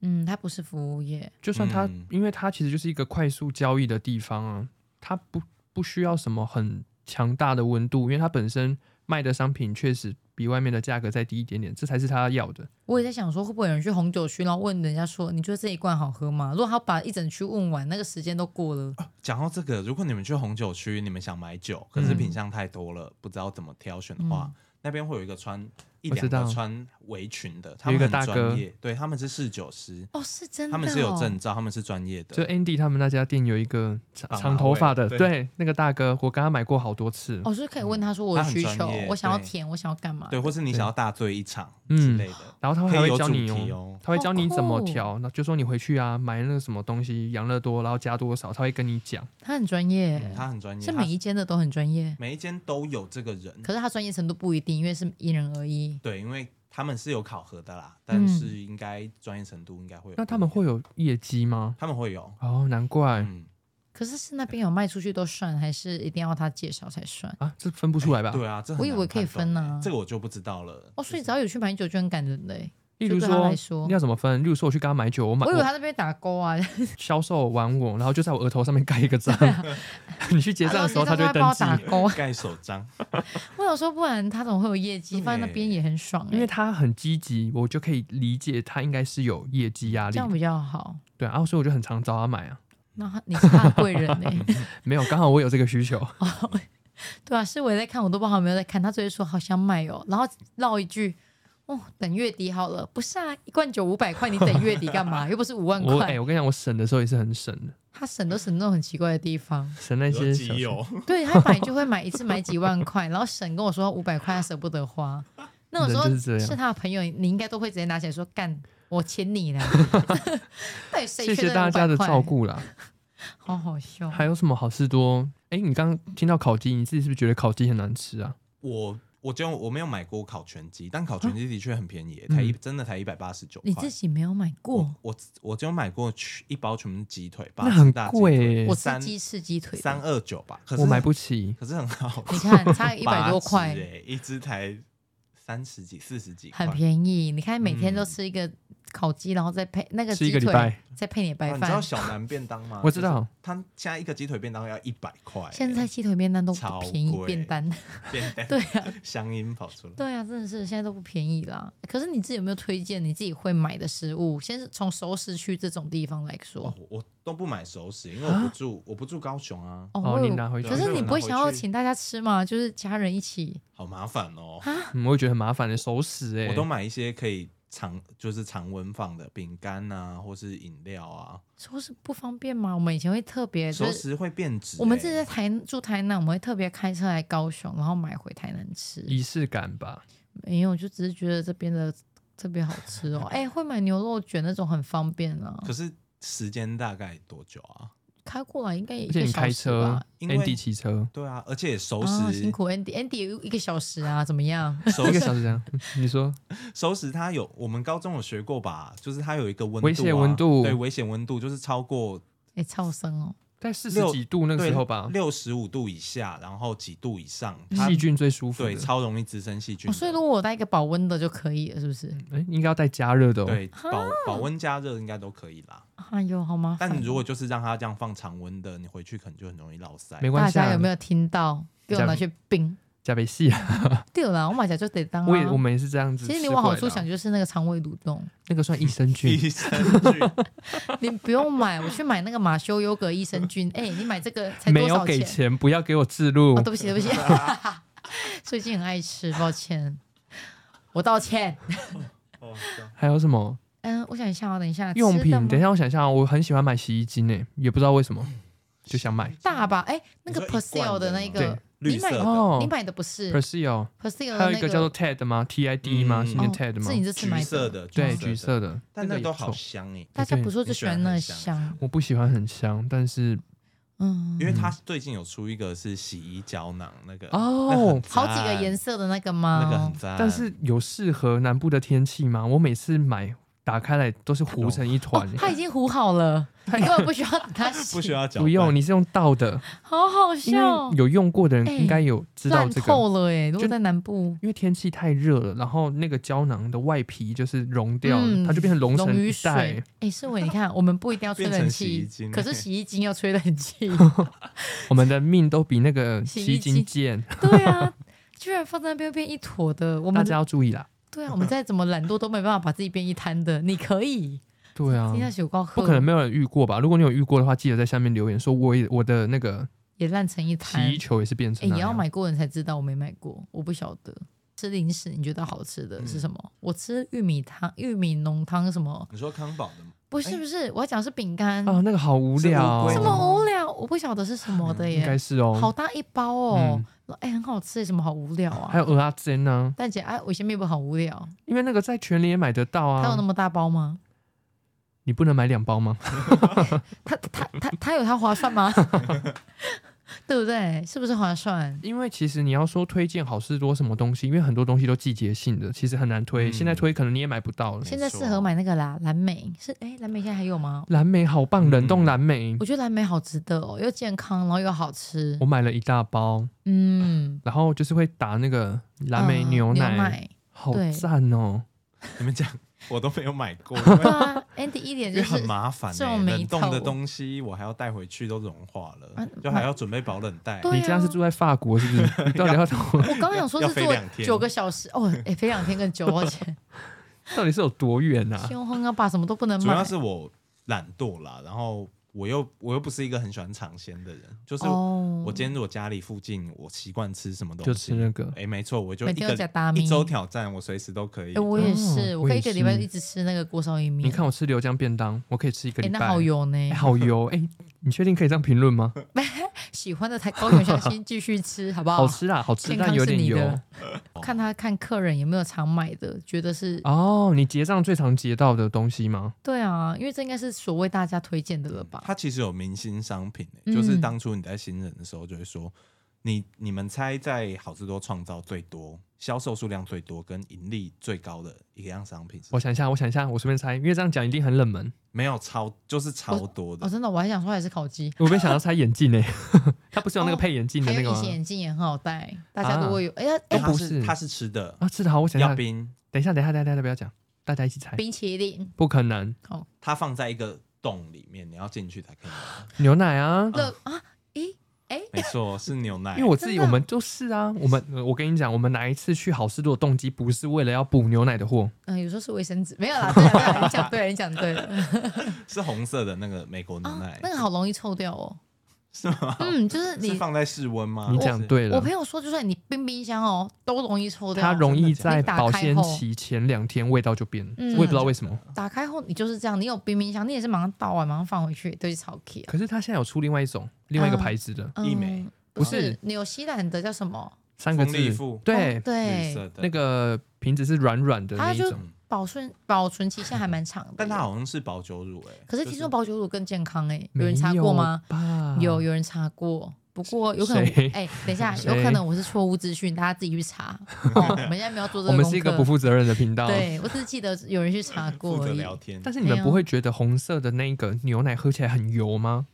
[SPEAKER 3] 嗯，他不是服务业，
[SPEAKER 2] 就算他，
[SPEAKER 1] 嗯
[SPEAKER 2] 因为他其实就是一个快速交易的地方啊，他不不需要什么很强大的温度，因为他本身卖的商品确实比外面的价格再低一点点，这才是他要的。
[SPEAKER 3] 我也在想说，会不会有人去红酒区，然后问人家说：“你觉得这一罐好喝吗？”如果他把一整区问完，那个时间都过了，
[SPEAKER 1] 讲到这个，如果你们去红酒区，你们想买酒，可是
[SPEAKER 2] 嗯
[SPEAKER 1] 品相太多了，不知道怎么挑选的话，那边会有一个穿一
[SPEAKER 2] 我知
[SPEAKER 1] 两
[SPEAKER 2] 道
[SPEAKER 1] 个穿围裙的，他
[SPEAKER 2] 有一
[SPEAKER 1] 们
[SPEAKER 2] 个
[SPEAKER 1] 很
[SPEAKER 2] 大哥
[SPEAKER 1] 专业，对他们是侍酒师，
[SPEAKER 3] 哦，是真的、哦，
[SPEAKER 1] 他们是有证照，他们是专业
[SPEAKER 2] 就
[SPEAKER 1] 的。
[SPEAKER 2] Andy 他们那家店有一个长
[SPEAKER 1] 绑马
[SPEAKER 2] 长头发的，
[SPEAKER 1] 尾对
[SPEAKER 2] 对，那个大哥，我跟他买过好多次。
[SPEAKER 3] 哦，就是可以问他说我
[SPEAKER 1] 嗯他
[SPEAKER 3] 的
[SPEAKER 1] 很
[SPEAKER 3] 需
[SPEAKER 1] 专
[SPEAKER 3] 求
[SPEAKER 1] 业，
[SPEAKER 3] 我想要
[SPEAKER 1] 对
[SPEAKER 3] 甜，我想要干嘛？
[SPEAKER 1] 对，或是你
[SPEAKER 2] 对
[SPEAKER 1] 想要大醉一场
[SPEAKER 2] 嗯
[SPEAKER 1] 之类的，
[SPEAKER 2] 然后他还
[SPEAKER 1] 可以
[SPEAKER 2] 会
[SPEAKER 1] 有
[SPEAKER 2] 教
[SPEAKER 1] 主
[SPEAKER 2] 你
[SPEAKER 1] 题
[SPEAKER 2] 哦，
[SPEAKER 1] 哦。
[SPEAKER 2] 他会教你怎
[SPEAKER 3] 好
[SPEAKER 2] 么
[SPEAKER 3] 酷哦
[SPEAKER 2] 调，那就说你回去啊，买那个什么东西，养乐多，然后加多少，他会跟你讲。
[SPEAKER 3] 他很专业，
[SPEAKER 1] 嗯他很专业，
[SPEAKER 3] 是
[SPEAKER 1] 他嗯
[SPEAKER 3] 每一间的都很专业，
[SPEAKER 1] 每一间都有这个人，
[SPEAKER 3] 可是他专业程度不一定，因为是因人而异。
[SPEAKER 1] 对，因为他们是有考核的啦，但是
[SPEAKER 3] 嗯
[SPEAKER 1] 应该专业程度应该会有不一样。
[SPEAKER 2] 那他们会有业绩吗？
[SPEAKER 1] 他们会有，
[SPEAKER 2] 哦，难怪、
[SPEAKER 1] 嗯，
[SPEAKER 3] 可是是那边有卖出去都算，还是一定要他介绍才算？
[SPEAKER 2] 啊，这分不出来吧？
[SPEAKER 1] 对啊，这很
[SPEAKER 3] 我以为
[SPEAKER 1] 难
[SPEAKER 3] 可以
[SPEAKER 1] 判断
[SPEAKER 3] 分
[SPEAKER 2] 欸
[SPEAKER 3] 啊
[SPEAKER 1] 这个我就不知道了。
[SPEAKER 3] 哦，
[SPEAKER 1] 就
[SPEAKER 3] 所以
[SPEAKER 1] 是
[SPEAKER 3] 只要有去买酒就很感人嘞、
[SPEAKER 2] 例
[SPEAKER 3] 就
[SPEAKER 2] 如
[SPEAKER 3] 对他
[SPEAKER 2] 说
[SPEAKER 3] 来，说
[SPEAKER 2] 你要怎么分？例如说，我去跟他买酒，我买
[SPEAKER 3] 我以为
[SPEAKER 2] 我
[SPEAKER 3] 他那边打勾啊，
[SPEAKER 2] 销售完我，然后就在我额头上面盖一个章。 *laughs* 你去结账的时候，
[SPEAKER 3] 他
[SPEAKER 2] 他就会
[SPEAKER 3] 帮
[SPEAKER 2] 登
[SPEAKER 3] 我
[SPEAKER 2] 记，
[SPEAKER 3] 打勾。啊
[SPEAKER 1] 盖手章，
[SPEAKER 2] *laughs*
[SPEAKER 3] 我想说，不然他怎么会有业绩？
[SPEAKER 1] 对
[SPEAKER 3] 放在那边也很爽、欸，
[SPEAKER 2] 因为他很积极，我就可以理解他应该是有业绩压力
[SPEAKER 3] 这。样比较好。
[SPEAKER 2] 对啊，所以我就很常找他买啊。
[SPEAKER 3] 那他你是他的贵人呢、
[SPEAKER 2] *laughs* 没有，刚好我有这个需求。
[SPEAKER 3] 对啊，是我也在看，我都不知道他有没有在看。他只会说好想买哦，然后唠一句哦，等月底好了。不是啊，一罐酒五百块，你等月底
[SPEAKER 2] *laughs*
[SPEAKER 3] 干嘛？又不是五万
[SPEAKER 2] 我哎、
[SPEAKER 3] 块。
[SPEAKER 2] 我跟你讲，我省的时候也是很省的，，
[SPEAKER 3] 他省都省那种很奇怪的地方
[SPEAKER 2] 省那些小钱。
[SPEAKER 1] 哦
[SPEAKER 3] 对他本来就会买一次买几万块，然后省跟我说五百块，他舍不得花。那种时
[SPEAKER 2] 人就是
[SPEAKER 3] 候
[SPEAKER 2] 这样
[SPEAKER 3] 是他的朋友，你应该都会直接拿起来说干。我请你 *laughs* 啦！对，谁
[SPEAKER 2] 谢
[SPEAKER 3] 缺
[SPEAKER 2] 谢
[SPEAKER 3] 这
[SPEAKER 2] 大家的
[SPEAKER 3] 500块
[SPEAKER 2] 照，顾
[SPEAKER 3] *laughs*
[SPEAKER 2] 啦。
[SPEAKER 3] 好好笑。
[SPEAKER 2] 还有什么好事多？哎、你刚刚听到烤鸡，你自己是不是觉得烤鸡很难吃啊？
[SPEAKER 1] 我我就我没有买过烤全鸡，但烤全鸡的确很便宜耶，
[SPEAKER 2] 嗯
[SPEAKER 1] 才一真的才一百八十九
[SPEAKER 3] 你
[SPEAKER 1] 块。
[SPEAKER 3] 自己没有买过
[SPEAKER 1] 我？我我只有买过全一包全部是鸡腿，
[SPEAKER 2] 那
[SPEAKER 1] 八
[SPEAKER 2] 很
[SPEAKER 1] 十大鸡腿，
[SPEAKER 2] 贵、欸，
[SPEAKER 3] 我吃
[SPEAKER 1] 三
[SPEAKER 3] 鸡翅鸡腿的，
[SPEAKER 1] 三二九吧。可是
[SPEAKER 2] 我买不起。
[SPEAKER 1] 可是很好吃，
[SPEAKER 3] 你看
[SPEAKER 1] *laughs*
[SPEAKER 3] 差一百多
[SPEAKER 1] 八
[SPEAKER 3] 块
[SPEAKER 1] 只，耶一只才三十几、四十几块，
[SPEAKER 3] 很便宜。你看每天都
[SPEAKER 1] 嗯
[SPEAKER 3] 吃一个烤鸡，然后再配那个
[SPEAKER 2] 吃一
[SPEAKER 3] 鸡
[SPEAKER 2] 个礼
[SPEAKER 3] 腿，
[SPEAKER 2] 拜，？
[SPEAKER 3] 再配点
[SPEAKER 1] 啊
[SPEAKER 3] 白
[SPEAKER 1] 你知道
[SPEAKER 3] 饭。
[SPEAKER 1] 小南便当吗
[SPEAKER 2] *laughs* 我知道，
[SPEAKER 1] 他现在一个鸡腿便当要一百块，
[SPEAKER 3] 现在鸡腿便当都
[SPEAKER 1] 超
[SPEAKER 3] 不便宜，
[SPEAKER 1] 贵
[SPEAKER 3] 便当
[SPEAKER 1] *laughs* 便当
[SPEAKER 3] *laughs* 对啊，
[SPEAKER 1] 香音跑出来。
[SPEAKER 3] 对啊，真的是现在都不便宜啦。可是你自己有没有推荐你自己会买的食物？先是从熟食区这种地方来
[SPEAKER 1] 哦
[SPEAKER 3] 说。，
[SPEAKER 1] 我都不买熟食，因为
[SPEAKER 2] 啊
[SPEAKER 1] 我不住，我不住高雄啊，
[SPEAKER 3] 哦，
[SPEAKER 2] 哦
[SPEAKER 3] 我有
[SPEAKER 2] 你拿回去
[SPEAKER 3] 可是你不会想
[SPEAKER 1] 对我拿
[SPEAKER 3] 要
[SPEAKER 1] 回去
[SPEAKER 3] 请大家吃吗？就是家人一起
[SPEAKER 1] 好麻烦哦。
[SPEAKER 3] 啊
[SPEAKER 2] 嗯，我也觉得很麻烦的，手死哎、
[SPEAKER 1] 我都买一些可以常就是常温放的饼干啊，或是饮料啊，
[SPEAKER 3] 说是不方便吗？我们以前会特别就
[SPEAKER 1] 熟
[SPEAKER 3] 是。
[SPEAKER 1] 食会变质欸、
[SPEAKER 3] 我们自己在台住台南，我们会特别开车来高雄，然后买回台南吃。
[SPEAKER 2] 仪式感吧。
[SPEAKER 3] 没有，就只是觉得这边的特别好
[SPEAKER 2] *laughs*
[SPEAKER 3] 吃哦。哎、会买牛肉卷那种很方便啊，
[SPEAKER 1] 可是时间大概多久啊？
[SPEAKER 3] 开过来应该也一
[SPEAKER 2] 而且
[SPEAKER 3] 个
[SPEAKER 2] 你
[SPEAKER 3] 小
[SPEAKER 2] 开
[SPEAKER 3] 时
[SPEAKER 2] 车
[SPEAKER 3] 吧。
[SPEAKER 1] 因为
[SPEAKER 2] ，Andy 骑车，
[SPEAKER 1] 对啊，而且熟食、
[SPEAKER 3] 啊，辛苦 Andy，Andy 一个小时啊，怎么样？ *laughs*
[SPEAKER 1] 熟
[SPEAKER 2] 一个
[SPEAKER 1] 食
[SPEAKER 2] 小时
[SPEAKER 1] *laughs*
[SPEAKER 2] 这样。你说
[SPEAKER 1] 熟食它有我们高中有学过吧？就是它有一个温度、啊，
[SPEAKER 2] 危险温度
[SPEAKER 1] 对，危险温度就是超过
[SPEAKER 3] 哎、超生哦，
[SPEAKER 2] 在四十
[SPEAKER 1] 六
[SPEAKER 2] 几度那个
[SPEAKER 1] 对
[SPEAKER 2] 时候吧，
[SPEAKER 1] 六十五度以下，然后几度以上，它
[SPEAKER 2] 细菌最舒服的。
[SPEAKER 1] 对超容易滋生细菌
[SPEAKER 3] 哦
[SPEAKER 1] 的。
[SPEAKER 3] 所以如果我带一个保温的就可以了，是不是？
[SPEAKER 2] 哎、应该要带加热的哦。
[SPEAKER 1] 对保保温加热应该都可以啦，
[SPEAKER 3] 哎呦，好麻烦。
[SPEAKER 1] 但如果就是让它这样放常温的，你回去可能就很容易落腮。
[SPEAKER 2] 没关
[SPEAKER 3] 大
[SPEAKER 2] 系啊。
[SPEAKER 3] 家有没有听到？给我拿去冰
[SPEAKER 2] 加杯戏啊？
[SPEAKER 3] 对啦，我买起来就得当、啊。
[SPEAKER 2] 我也我们也是这样子吃
[SPEAKER 3] 其
[SPEAKER 2] 回来
[SPEAKER 3] 实
[SPEAKER 2] 的啊。
[SPEAKER 3] 你往好处想，就是那个肠胃蠕动， *laughs*
[SPEAKER 2] 那个算益生
[SPEAKER 1] *laughs*
[SPEAKER 2] 菌。
[SPEAKER 1] 益生
[SPEAKER 2] *laughs*
[SPEAKER 1] 菌，
[SPEAKER 3] 你不用买，我去买那个马修优格益生
[SPEAKER 2] *laughs*
[SPEAKER 3] 菌。哎、你买这个才
[SPEAKER 2] 没
[SPEAKER 3] 多
[SPEAKER 2] 有
[SPEAKER 3] 少
[SPEAKER 2] 给钱，不要给我自录
[SPEAKER 3] 哦，。对不起，对不起， *laughs* 最近很爱吃，抱歉，我道歉。
[SPEAKER 1] 哦
[SPEAKER 2] 还有什么
[SPEAKER 3] 嗯，我想一下哦，等一下，
[SPEAKER 2] 用
[SPEAKER 3] 吃的吗
[SPEAKER 2] 啊品？等一下，我想一下啊，我很喜欢买洗衣精诶，也不知道为什么。就想买
[SPEAKER 3] 大吧？哎，那个
[SPEAKER 1] 你说一
[SPEAKER 3] Persil
[SPEAKER 1] 罐
[SPEAKER 3] 的
[SPEAKER 1] 的
[SPEAKER 3] 那
[SPEAKER 1] 吗
[SPEAKER 3] 个
[SPEAKER 2] 对，
[SPEAKER 1] 绿色
[SPEAKER 3] 你买
[SPEAKER 1] 的，
[SPEAKER 2] 哦
[SPEAKER 3] 你买的不是
[SPEAKER 2] Perseo，
[SPEAKER 3] Persil
[SPEAKER 2] 还有
[SPEAKER 3] 的
[SPEAKER 2] 一
[SPEAKER 3] 那
[SPEAKER 2] 个叫做 TED 吗？TID 吗？
[SPEAKER 1] 嗯
[SPEAKER 2] 是念
[SPEAKER 3] 哦
[SPEAKER 2] TED 吗
[SPEAKER 3] 是？你这次买
[SPEAKER 1] 橘色
[SPEAKER 3] 的？
[SPEAKER 1] 的，
[SPEAKER 2] 对，
[SPEAKER 1] 橘
[SPEAKER 2] 橘
[SPEAKER 1] 色的，
[SPEAKER 2] 色的，
[SPEAKER 1] 但那
[SPEAKER 2] 个
[SPEAKER 1] 都
[SPEAKER 2] 也
[SPEAKER 1] 好
[SPEAKER 2] 不错。
[SPEAKER 1] 香欸诶，
[SPEAKER 3] 大家
[SPEAKER 2] 对
[SPEAKER 3] 不说就
[SPEAKER 1] 你
[SPEAKER 3] 喜
[SPEAKER 1] 喜
[SPEAKER 3] 欢
[SPEAKER 1] 欢
[SPEAKER 3] 那个
[SPEAKER 1] 很香
[SPEAKER 3] 香，
[SPEAKER 2] 我不喜欢很香，但是
[SPEAKER 3] 嗯
[SPEAKER 1] 因，为它最近有出一个是洗衣胶囊那个，那
[SPEAKER 2] 哦
[SPEAKER 1] 很，赞
[SPEAKER 3] 好几个颜色的那个
[SPEAKER 1] 那个
[SPEAKER 3] 吗哦
[SPEAKER 1] 很？赞，
[SPEAKER 2] 但是有适合南部的天气吗？我每次买打开来都是糊成一
[SPEAKER 3] 哦
[SPEAKER 2] 团，，
[SPEAKER 3] 它已经糊好了，你根本不需要它
[SPEAKER 1] *laughs*
[SPEAKER 3] 洗，
[SPEAKER 1] 不需要搅拌，
[SPEAKER 2] 不用，你是用倒的，
[SPEAKER 3] 好好
[SPEAKER 2] 因为
[SPEAKER 3] 笑哦，
[SPEAKER 2] 有用过的人
[SPEAKER 3] 哎
[SPEAKER 2] 应该有知道
[SPEAKER 3] 烂
[SPEAKER 2] 这个。
[SPEAKER 3] 透了哎！如果
[SPEAKER 2] 就
[SPEAKER 3] 在南部，
[SPEAKER 2] 因为天气太热了，然后那个胶囊的外皮就是融掉了，
[SPEAKER 3] 嗯
[SPEAKER 2] 它就变成融
[SPEAKER 3] 溶
[SPEAKER 2] 成
[SPEAKER 3] 于
[SPEAKER 2] 一
[SPEAKER 3] 水。
[SPEAKER 2] 袋
[SPEAKER 3] 哎。、是我，你看，我们不一定要吹
[SPEAKER 1] 变成
[SPEAKER 3] 冷
[SPEAKER 1] 洗衣
[SPEAKER 3] 气
[SPEAKER 1] 精，
[SPEAKER 3] 可是洗衣精要吹冷气。
[SPEAKER 2] 我们的命都比那个
[SPEAKER 3] 洗衣
[SPEAKER 2] 洗衣
[SPEAKER 3] 机
[SPEAKER 2] 精贱，
[SPEAKER 3] 对啊，居然放在那边变一坨的，我
[SPEAKER 2] 大
[SPEAKER 3] 们
[SPEAKER 2] 家要注意啦。
[SPEAKER 3] 对啊，我们再怎么懒惰都没办法把自己变一滩的。你可以，
[SPEAKER 2] 对啊
[SPEAKER 3] 今，天雪糕喝
[SPEAKER 2] 不可能没有人遇过吧？如果你有遇过的话，记得在下面留言说，我也我的那个
[SPEAKER 3] 也烂成一
[SPEAKER 2] 洗
[SPEAKER 3] 滩
[SPEAKER 2] 衣。球也是变
[SPEAKER 3] 哎、
[SPEAKER 2] 成那
[SPEAKER 3] 也要
[SPEAKER 2] 样。
[SPEAKER 3] 买过的人才知道，我没买过，我不晓得。吃零食你觉得好吃的
[SPEAKER 2] 嗯
[SPEAKER 3] 是什么？我吃玉米汤、玉米浓汤什么？
[SPEAKER 1] 你说康宝的吗？
[SPEAKER 3] 不是
[SPEAKER 1] 哎
[SPEAKER 3] 不是，我要讲是饼干，
[SPEAKER 2] 啊，那个好无聊哦，
[SPEAKER 1] 是
[SPEAKER 3] 这
[SPEAKER 1] 乌龟
[SPEAKER 3] 么无聊，我不晓得是什么的
[SPEAKER 2] 应
[SPEAKER 3] 耶
[SPEAKER 2] 该，是哦。嗯
[SPEAKER 3] 好大一包哦，哎、很好吃，什么好无聊啊？
[SPEAKER 2] 还有啊鹅阿珍呢，
[SPEAKER 3] 蛋姐，哎，我先面部好无聊，
[SPEAKER 2] 因为那个在全联也买得到
[SPEAKER 3] 它有
[SPEAKER 2] 啊。
[SPEAKER 3] 那么大包吗？
[SPEAKER 2] 你不能买两包吗？ *laughs*
[SPEAKER 3] 它它它它有它划算吗？ *laughs* 对不对？是不是划算？
[SPEAKER 2] 因为其实你要说推荐好事多什么东西，因为很多东西都季节性的，其实很难推。
[SPEAKER 1] 嗯
[SPEAKER 2] 现在推可能你也买不到了
[SPEAKER 1] 没。
[SPEAKER 3] 现在
[SPEAKER 1] 错
[SPEAKER 3] 适合买那个啦，蓝莓是哎，蓝莓现在还有吗？
[SPEAKER 2] 蓝莓好棒，
[SPEAKER 1] 嗯
[SPEAKER 2] 冷冻蓝莓，
[SPEAKER 3] 我觉得蓝莓好值得哦，又健康，然后又好吃
[SPEAKER 2] 我。买了一大包，
[SPEAKER 3] 嗯，
[SPEAKER 2] 然后就是会打那个蓝莓
[SPEAKER 3] 嗯
[SPEAKER 2] 牛
[SPEAKER 3] 奶。
[SPEAKER 2] 奶， *laughs* 好
[SPEAKER 3] 对
[SPEAKER 2] 赞哦！
[SPEAKER 1] *laughs* 你们讲，我都没有买
[SPEAKER 2] *laughs*
[SPEAKER 1] 过，
[SPEAKER 3] 对啊，Andy 一脸
[SPEAKER 1] 因
[SPEAKER 3] 就
[SPEAKER 1] 为
[SPEAKER 3] 是
[SPEAKER 1] 很麻烦、
[SPEAKER 3] 这
[SPEAKER 1] 欸，
[SPEAKER 3] 种没
[SPEAKER 1] 冷冻
[SPEAKER 3] 透
[SPEAKER 1] 的东西我还要带回去，都融化
[SPEAKER 3] 啊
[SPEAKER 1] 了，就还要准备保冷袋。
[SPEAKER 3] 对啊
[SPEAKER 2] 你这样是住在法国是不
[SPEAKER 3] *laughs*
[SPEAKER 2] 是？你到底要
[SPEAKER 3] 我刚刚想说
[SPEAKER 1] 要
[SPEAKER 3] 是
[SPEAKER 1] 飞
[SPEAKER 3] 坐
[SPEAKER 1] 两天
[SPEAKER 3] 九个小时哦，哎，飞两天跟九块
[SPEAKER 2] *laughs*
[SPEAKER 3] 钱，
[SPEAKER 2] 到底是有多
[SPEAKER 3] *laughs*
[SPEAKER 2] 远啊？
[SPEAKER 3] 胸哼啊，把什么都不能
[SPEAKER 1] 主
[SPEAKER 3] 买
[SPEAKER 1] 要。是我懒惰啦，然后我又我又不是一个很喜欢尝鲜的人，就是
[SPEAKER 3] 哦，
[SPEAKER 1] 我今天如果家里附近我习惯吃什么东西，
[SPEAKER 2] 就吃那个
[SPEAKER 1] 哎、没错，我就
[SPEAKER 3] 每
[SPEAKER 1] 一
[SPEAKER 3] 天都加
[SPEAKER 1] 个
[SPEAKER 3] 大米
[SPEAKER 1] 一周挑战，我随时都可以。
[SPEAKER 3] 哎，我也是，
[SPEAKER 2] 哦
[SPEAKER 3] 我
[SPEAKER 2] 我
[SPEAKER 3] 可以一
[SPEAKER 2] 也
[SPEAKER 3] 个礼拜
[SPEAKER 2] 是
[SPEAKER 3] 一直吃那个锅烧意面。
[SPEAKER 2] 你看我吃流江便当，我可以吃一个
[SPEAKER 3] 哎、
[SPEAKER 2] 礼拜。
[SPEAKER 3] 那好油呢！
[SPEAKER 2] 哎，好油！哎、你确定可以这样评论吗？
[SPEAKER 3] 喜欢的台高雄香心继续吃，好不好？
[SPEAKER 2] 好吃啊啦，好吃，
[SPEAKER 3] 哦健康
[SPEAKER 2] 但有
[SPEAKER 3] 是
[SPEAKER 2] 点
[SPEAKER 3] 你的
[SPEAKER 2] 油。
[SPEAKER 3] *laughs* 看他看客人有没有常买的，觉得是、
[SPEAKER 2] 哦，你结账最常结到的东西吗？
[SPEAKER 3] 对啊，因为这应该是所谓大家推荐的了吧？
[SPEAKER 1] 它其实有明星商品、欸
[SPEAKER 3] 嗯
[SPEAKER 1] 就是当初你在新人的时候就会说，你你们猜在好事多创造最多、销售数量最多跟盈利最高的一样商品是什么
[SPEAKER 2] 我想一下，我想一下，我随便猜，因为这样讲一定很冷门。
[SPEAKER 1] 没有超就是超多
[SPEAKER 3] 哦，
[SPEAKER 1] 的，
[SPEAKER 3] 真的，我还想说还是烤鸡，
[SPEAKER 2] 我没想到猜眼镜呢、 *laughs* 他不是有那个配眼镜的
[SPEAKER 3] 哦还
[SPEAKER 2] 那
[SPEAKER 3] 有
[SPEAKER 2] 个吗
[SPEAKER 3] 隐
[SPEAKER 2] 啊
[SPEAKER 3] 形？眼镜也很好戴，大家如果有哎呀、
[SPEAKER 1] 它
[SPEAKER 3] 哎
[SPEAKER 2] 哦不是
[SPEAKER 1] 它是吃的，
[SPEAKER 2] 啊，吃的好，我想一
[SPEAKER 1] 要
[SPEAKER 2] 下，
[SPEAKER 1] 冰，
[SPEAKER 2] 等一下，等一下，等一下，等一下，不要讲，大家一起猜。
[SPEAKER 3] 冰淇淋、
[SPEAKER 2] 不可能，
[SPEAKER 1] 它放在一个洞里面，你要进去才可以拿。
[SPEAKER 2] 牛奶啊，
[SPEAKER 3] 乐啊，咦、
[SPEAKER 1] 没错，
[SPEAKER 3] *laughs*
[SPEAKER 1] 是牛奶，
[SPEAKER 2] 因为我自己
[SPEAKER 3] 真的
[SPEAKER 2] 我们就是啊，我们呃我跟你讲，我们哪一次去好事多的动机不是为了要补牛奶的货，
[SPEAKER 3] 嗯、有时候是卫生纸，没有啦，对啊对啊，你讲对了，你讲对了
[SPEAKER 1] 是红色的那个美国牛
[SPEAKER 3] 啊
[SPEAKER 1] 奶，，
[SPEAKER 3] 那个好容易臭掉哦，
[SPEAKER 1] *laughs* 是吗？
[SPEAKER 3] 嗯，就是
[SPEAKER 1] 是
[SPEAKER 3] 你。
[SPEAKER 1] 放在室温吗？
[SPEAKER 2] 你讲对
[SPEAKER 3] 我
[SPEAKER 2] 了
[SPEAKER 3] 朋。友说，就算你冰冰箱哦，都容易臭掉。
[SPEAKER 2] 它容易在
[SPEAKER 3] 你打开
[SPEAKER 2] 保鲜
[SPEAKER 3] 后
[SPEAKER 2] 期前两天味道就变了，
[SPEAKER 3] 嗯
[SPEAKER 2] 我也不知道为什么。
[SPEAKER 3] 打开后你就是这样，你有冰冰箱，你也是马上倒完马上放回去，都是超 K 啊。
[SPEAKER 2] 可是它现在有出另外一种、另外一个牌子的
[SPEAKER 1] 一枚
[SPEAKER 3] 嗯
[SPEAKER 2] 不
[SPEAKER 3] 不
[SPEAKER 2] 是
[SPEAKER 3] 是纽西兰的叫什么？
[SPEAKER 2] 三个
[SPEAKER 1] 风力
[SPEAKER 2] 字，
[SPEAKER 1] 富，
[SPEAKER 2] 对
[SPEAKER 3] 哦，
[SPEAKER 1] 绿
[SPEAKER 3] 对，
[SPEAKER 1] 色的
[SPEAKER 2] 那个瓶子是软软的那
[SPEAKER 3] 它
[SPEAKER 2] 一
[SPEAKER 3] 就
[SPEAKER 2] 种，
[SPEAKER 3] 保存保存期限还蛮长的耶，
[SPEAKER 1] *laughs* 但它好像是保酒乳哎、
[SPEAKER 3] 可是听说保酒乳更健康哎，有
[SPEAKER 2] 没
[SPEAKER 3] 人查过吗？
[SPEAKER 2] 吧？
[SPEAKER 3] 有，有人查过。不过有可能
[SPEAKER 2] 嗯谁，
[SPEAKER 3] 哎、等一下，
[SPEAKER 2] *laughs* 谁
[SPEAKER 3] 有可能我是错误资讯，大家自己
[SPEAKER 2] *laughs*
[SPEAKER 3] 去查。哦、我们现在没有做
[SPEAKER 2] 我
[SPEAKER 3] 这个功课。
[SPEAKER 2] 们是一个不负责任的频道。
[SPEAKER 3] 对，我只是记得有人去
[SPEAKER 2] *laughs*
[SPEAKER 3] 查
[SPEAKER 1] 就是
[SPEAKER 3] 过
[SPEAKER 1] 负责
[SPEAKER 3] 而已。
[SPEAKER 1] 聊天，
[SPEAKER 2] 但是你们不会觉得红色的那个牛奶喝起来很油吗？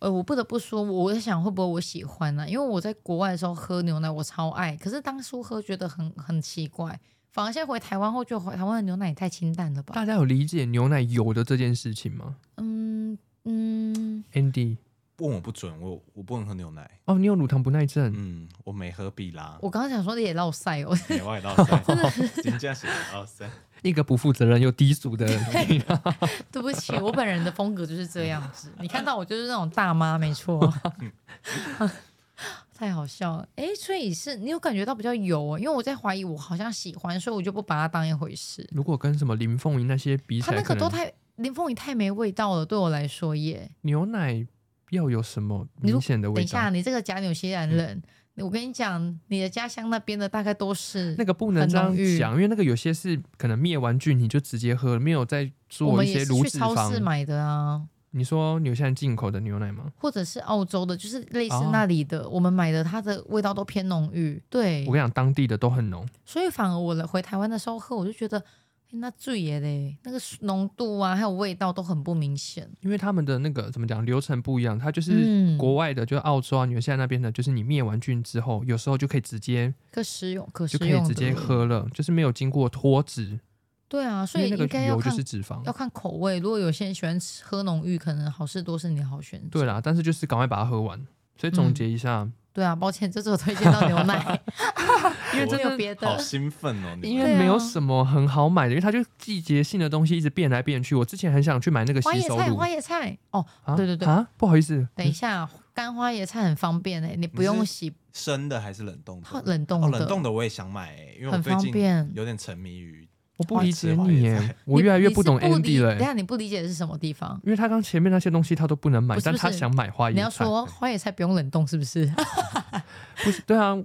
[SPEAKER 3] 呃，我不得不说，我在想会不会我喜欢啊呢、因为我在国外的时候喝牛奶，我超爱。可是当初喝觉得很很奇怪，反而现在回台湾后，觉得台湾的牛奶也太清淡了吧？
[SPEAKER 2] 大家有理解牛奶油的这件事情吗
[SPEAKER 3] 嗯嗯，
[SPEAKER 2] ？Andy，
[SPEAKER 1] 问我不准，我我不能喝牛奶，
[SPEAKER 2] 哦，你有乳糖不耐症，
[SPEAKER 1] 嗯，我没喝必拉，
[SPEAKER 3] 我刚刚想说的也落晒哦，
[SPEAKER 1] 没外到三，金价是到三，
[SPEAKER 2] 一个不负责任又低俗
[SPEAKER 3] *laughs*
[SPEAKER 2] 的人。
[SPEAKER 3] 对不起，我本人的风格就是这样子。你看到我就是那种大妈，没错。太好笑了，哎，所以是你有感觉到比较油啊、因为我在怀疑我好像喜欢，所以我就不把它当一回事。
[SPEAKER 2] 如果跟什么林凤营那些比起
[SPEAKER 3] 它
[SPEAKER 2] 来，
[SPEAKER 3] 那
[SPEAKER 2] 可
[SPEAKER 3] 个
[SPEAKER 2] 能
[SPEAKER 3] 都太林凤仪太没味道了，对我来说耶。
[SPEAKER 2] 牛奶要有什么
[SPEAKER 3] 你如
[SPEAKER 2] 明显的
[SPEAKER 3] 等
[SPEAKER 2] 味
[SPEAKER 3] 一下，
[SPEAKER 2] 道，嗯
[SPEAKER 3] 你这个假纽西兰人，我跟你讲，你的家乡那边的大概都是
[SPEAKER 2] 那个不能
[SPEAKER 3] 很
[SPEAKER 2] 这样
[SPEAKER 3] 浓郁
[SPEAKER 2] 讲，因为那个有些是可能灭完菌你就直接喝，没有再
[SPEAKER 3] 我
[SPEAKER 2] 做
[SPEAKER 3] 们
[SPEAKER 2] 一些
[SPEAKER 3] 也是
[SPEAKER 2] 乳
[SPEAKER 3] 去
[SPEAKER 2] 脂
[SPEAKER 3] 超市
[SPEAKER 2] 肪。
[SPEAKER 3] 买的啊，
[SPEAKER 2] 你说纽西兰进口的牛奶吗？
[SPEAKER 3] 或者是澳洲的，就是类似
[SPEAKER 2] 哦
[SPEAKER 3] 那里的，我们买的，它的味道都偏浓郁。对
[SPEAKER 2] 我，跟你讲，当地的都很浓。
[SPEAKER 3] 所以反而我来回台湾的时候喝，我就觉得。诶那醉耶嘞，那个浓度啊，还有味道都很不明显。
[SPEAKER 2] 因为他们的那个怎么讲流程不一样，它就是
[SPEAKER 3] 嗯，
[SPEAKER 2] 国外的，就是澳洲啊、纽西兰那边的，就是你灭完菌之后，有时候就可以直接
[SPEAKER 3] 可食用，可食
[SPEAKER 2] 就可以
[SPEAKER 3] 用
[SPEAKER 2] 直接
[SPEAKER 3] 的。
[SPEAKER 2] 喝了，就是没有经过脱脂，
[SPEAKER 3] 对啊，所
[SPEAKER 2] 因
[SPEAKER 3] 以
[SPEAKER 2] 为那
[SPEAKER 3] 应该
[SPEAKER 2] 个
[SPEAKER 3] 要
[SPEAKER 2] 油就
[SPEAKER 3] 看
[SPEAKER 2] 是脂肪
[SPEAKER 3] 要。看口味。如果有些人喜欢吃喝浓郁，可能好事多是你的好选择。
[SPEAKER 2] 对啦，但是就是赶快把它喝完。所以
[SPEAKER 3] 嗯
[SPEAKER 2] 总结一下，
[SPEAKER 3] 对啊，抱歉，这次我推荐到牛
[SPEAKER 2] *laughs*
[SPEAKER 3] 奶，
[SPEAKER 2] 因为
[SPEAKER 1] 我
[SPEAKER 2] 真
[SPEAKER 3] 没有
[SPEAKER 2] 的
[SPEAKER 3] 别
[SPEAKER 1] 好
[SPEAKER 3] 的。
[SPEAKER 1] 兴奋哦！你
[SPEAKER 2] 因
[SPEAKER 1] 们
[SPEAKER 2] 为
[SPEAKER 3] 对
[SPEAKER 2] 没有
[SPEAKER 3] 啊
[SPEAKER 2] 什么很好买的，因为它就季节性的东西一直变来变去。我之前很想去买那个
[SPEAKER 3] 花
[SPEAKER 2] 洗
[SPEAKER 3] 椰
[SPEAKER 2] 手
[SPEAKER 3] 菜，
[SPEAKER 2] 乳
[SPEAKER 3] 花椰菜哦，
[SPEAKER 2] 啊，
[SPEAKER 3] 对对对
[SPEAKER 2] 啊，不好意思，
[SPEAKER 3] 等一下，啊干花椰菜很方便诶，你不
[SPEAKER 1] 是
[SPEAKER 3] 用洗，
[SPEAKER 1] 生的还是冷冻
[SPEAKER 3] 它
[SPEAKER 1] 的？
[SPEAKER 3] 冷冻
[SPEAKER 1] 哦，
[SPEAKER 3] 的，
[SPEAKER 1] 冷冻的我也想买欸，因为我
[SPEAKER 3] 很
[SPEAKER 1] 最
[SPEAKER 3] 方
[SPEAKER 1] 近
[SPEAKER 3] 便。
[SPEAKER 1] 有点沉迷于
[SPEAKER 2] 我不理解
[SPEAKER 1] 花椰花
[SPEAKER 2] 你
[SPEAKER 1] 椰
[SPEAKER 2] 耶
[SPEAKER 1] 菜，
[SPEAKER 2] 我
[SPEAKER 3] 你
[SPEAKER 2] 越来越
[SPEAKER 3] 你是
[SPEAKER 2] 懂
[SPEAKER 3] 理
[SPEAKER 2] Andy 了
[SPEAKER 3] 等
[SPEAKER 2] 耶，
[SPEAKER 3] 一下你不理解的是什么地方？
[SPEAKER 2] 因为他刚前面那些东西他都不能买，
[SPEAKER 3] 不是
[SPEAKER 2] 但
[SPEAKER 3] 不
[SPEAKER 2] 他
[SPEAKER 3] 是
[SPEAKER 2] 想买花
[SPEAKER 3] 你要
[SPEAKER 2] 椰菜。
[SPEAKER 3] 说花椰菜不用冷冻是不是？
[SPEAKER 2] 不是，对啊，